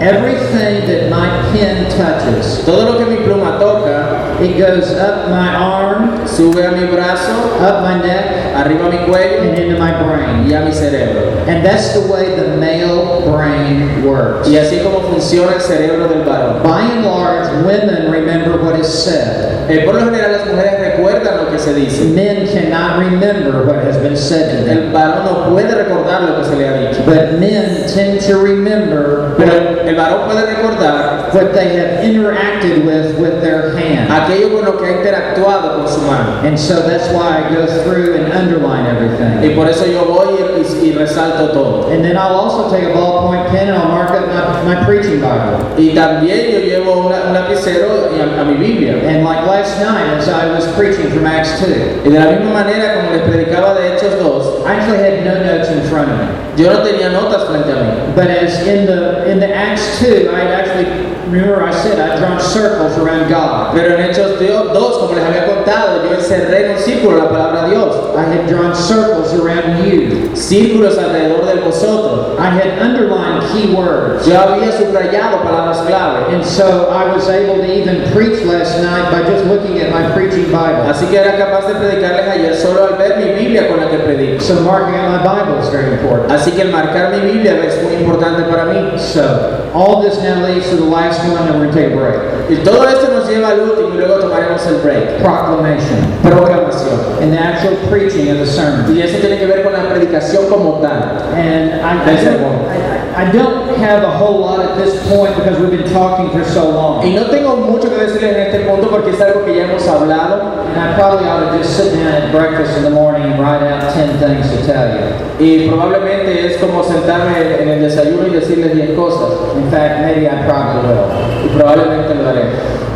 A: Everything that my pen touches,
B: Todo lo que mi pluma toca
A: it goes up my arm,
B: sube a mi brazo,
A: up my neck,
B: arriba a mi cuello
A: and into my brain.
B: y a mi cerebro.
A: And that's the way the male brain works.
B: Y así como funciona el cerebro del varón.
A: By and large, women remember what is said.
B: Eh, por lo general las mujeres recuerdan lo que se dice.
A: Men cannot remember what has been said to them.
B: El varón no puede recordar lo que se le ha dicho.
A: But men tend to remember
B: Pero el varón puede recordar
A: what they have interacted with with their hand.
B: aquello con lo que ha interactuado con su mano.
A: And so that's why I go through and underline
B: Y
A: everything.
B: por eso yo voy y- y- y resalto todo.
A: And then I'll also take a ballpoint pen and I'll mark up my, my preaching Bible.
B: Y también yo llevo una- un lapicero y a, a mi Biblia.
A: And like last night, as I was preaching from Acts 2,
B: Y de la misma manera como les predicaba de Hechos 2,
A: I actually had no notes in front of me.
B: yo no tenía notas frente a mí.
A: But as in the in the Acts 2, I had actually remember I said I'd drawn circles around God.
B: Pero en Hechos 2, como les había contado, yo encerré en un círculo la palabra Dios.
A: I had drawn circles around you.
B: Círculos alrededor de vosotros.
A: I had underlined key words.
B: Yo había subrayado palabras clave.
A: And so I was able to even preach last night by just looking at my preaching Bible.
B: Así que era capaz de predicarles ayer solo al ver mi Biblia con la que predico.
A: So marking out my Bible is very important.
B: Así que el marcar mi Biblia es muy importante para mí.
A: So all this now leads to the last one, and we're going to take a break.
B: Y todo esto nos lleva al último y luego tomaremos el break.
A: Proclamation
B: Programación.
A: and the actual preaching of the sermon.
B: Y eso tiene que ver con la predicación como tal.
A: And I, I,
B: That's
A: don't,
B: it.
A: I, I- I don't have a whole lot at this point because we've been talking for so long.
B: Y no tengo mucho que decirles en este punto porque es algo que ya hemos hablado.
A: And I probably ought to just sit down at breakfast in the morning and write out 10 things to tell you.
B: Y probablemente es como sentarme en- en el desayuno y decirles 10 cosas.
A: In fact, maybe I probably will.
B: Y probablemente lo haré.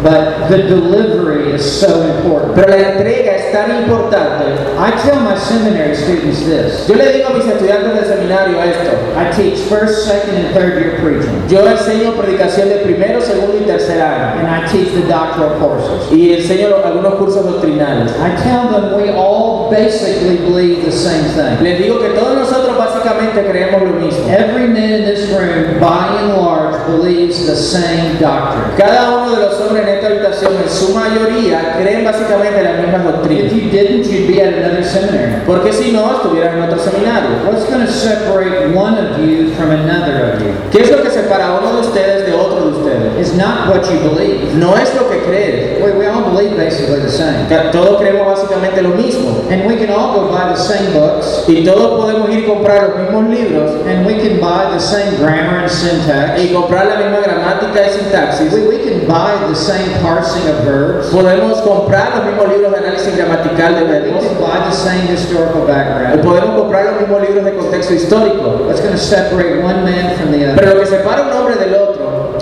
A: But the delivery is so important.
B: Pero la entrega es tan importante.
A: I tell my seminary students this.
B: Yo le digo a mis estudiantes del seminario esto.
A: I teach first, second, and third year preaching.
B: Yo enseño predicación de primero, segundo y tercer año.
A: And I teach the doctoral courses.
B: Y enseño lo- algunos cursos doctrinales.
A: I tell them we all basically believe the same thing.
B: Les digo que todos nosotros básicamente creemos lo mismo.
A: Every man in this room, by and large, believes the same doctrine.
B: Cada uno de los hombres en esta habitación, en su mayoría, creen básicamente las mismas
A: If
B: doctrinas.
A: you didn't, you'd be at another seminary.
B: Porque si no, estuvieran en otro seminario.
A: What's going to separate one of you from another of you?
B: ¿Qué es lo que separa a uno de ustedes de otro de ustedes?
A: It's not what you believe.
B: No es lo que creen.
A: We, we all believe basically the same.
B: Ca- Todos creemos básicamente lo mismo.
A: And we can all go buy the same books,
B: Y todos podemos ir a comprar los mismos libros
A: and we can buy the same grammar and syntax.
B: y comprar la misma gramática y sintaxis.
A: We, we can buy the same parsing of verbs.
B: Podemos comprar los mismos libros de análisis gramatical de
A: We
B: verbos.
A: can buy the same historical
B: O
A: background.
B: podemos comprar los mismos libros de contexto histórico.
A: What's going to separate one man from the other?
B: Pero lo que separa un hombre del otro,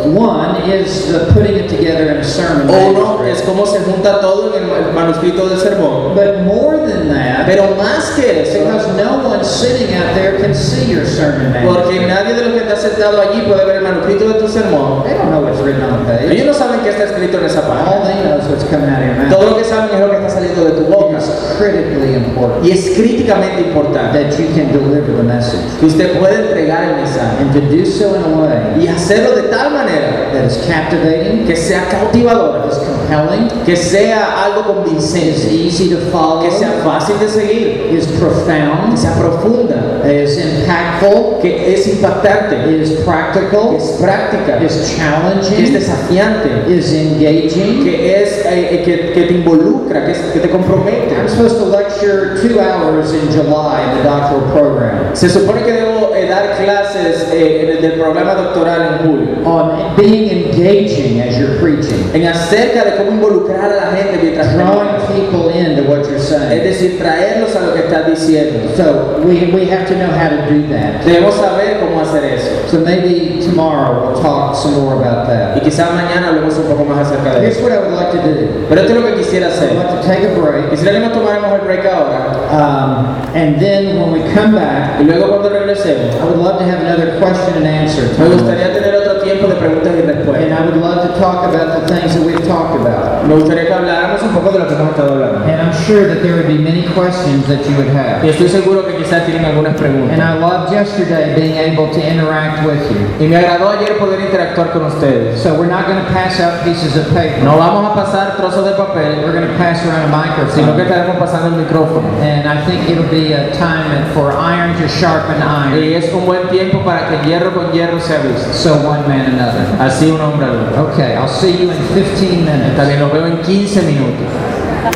A: One is the putting it together in a sermon.
B: o uno, es cómo se junta todo en el manuscrito del sermón.
A: But more than that,
B: Pero más que eso,
A: because no one sitting out there can see your sermon
B: porque
A: manuscript.
B: nadie de los que está sentado allí puede ver el manuscrito de tu sermón.
A: They don't know what's written on the page.
B: Ellos no saben qué está escrito en esa página.
A: All they know is what's coming out of your mouth.
B: Todo lo que saben es lo que está saliendo de tu boca.
A: It's critically important
B: Y es críticamente importante
A: that you can deliver the message.
B: que usted pueda entregar el mensaje
A: And to do so in a way
B: y hacerlo de tal manera
A: that is captivating,
B: que sea cautivador,
A: is compelling,
B: que sea algo
A: is
B: convincente,
A: easy to follow,
B: que sea fácil de seguir,
A: is
B: que
A: profound,
B: sea profunda,
A: is impactful,
B: que es impactante,
A: is
B: que
A: practical,
B: es práctica, que
A: is
B: es
A: challenging,
B: desafiante,
A: is engaging.
B: que es eh, eh, que, que te involucra, que, es- que te compromete.
A: I'm supposed to lecture two hours in July in the doctoral program
B: Se supone que debo eh, dar clases eh, en el del programa doctoral en julio.
A: on being engaging as you're preaching,
B: en acerca de cómo involucrar a la gente mientras
A: drawing people into what you're
B: es
A: saying.
B: decir, traerlos a lo que estás diciendo.
A: So we, we have to know how to do that.
B: Debemos saber cómo hacer eso.
A: So maybe tomorrow we'll talk some more about
B: Y
A: that.
B: quizás mañana hablemos un poco más acerca de
A: Here's
B: eso.
A: what I would like to do.
B: Pero esto es lo que quisiera
A: I'd
B: hacer.
A: like to take a break,
B: Quisiera que nos tomáramos el break ahora
A: um, and then when we come back,
B: y luego cuando regresemos,
A: I would love to have another question and answer
B: me
A: time.
B: gustaría tener otro tiempo de preguntas y
A: And
B: respuestas.
A: I would love to talk about the things that we've talked about.
B: Me gustaría que habláramos un poco de lo que hemos estado hablando.
A: And I'm sure that there would be many questions that you would
B: Y
A: have.
B: estoy seguro que quizás tienen algunas
A: And
B: preguntas.
A: I loved yesterday being able to interact with you.
B: Y me agradó ayer poder interactuar con ustedes.
A: So we're not going to pass out pieces of paper.
B: No vamos a pasar trozos de
A: We're
B: papel,
A: going to pass around a
B: sino
A: microphone.
B: que estaremos pasando el micrófono.
A: And I think it'll be a time for iron to sharpen iron.
B: Y es un buen tiempo para que hierro con hierro se avise.
A: So one man another.
B: Así un hombre al otro.
A: Okay, I'll see you in 15 minutes.
B: Está bien, nos veo en 15 minutos.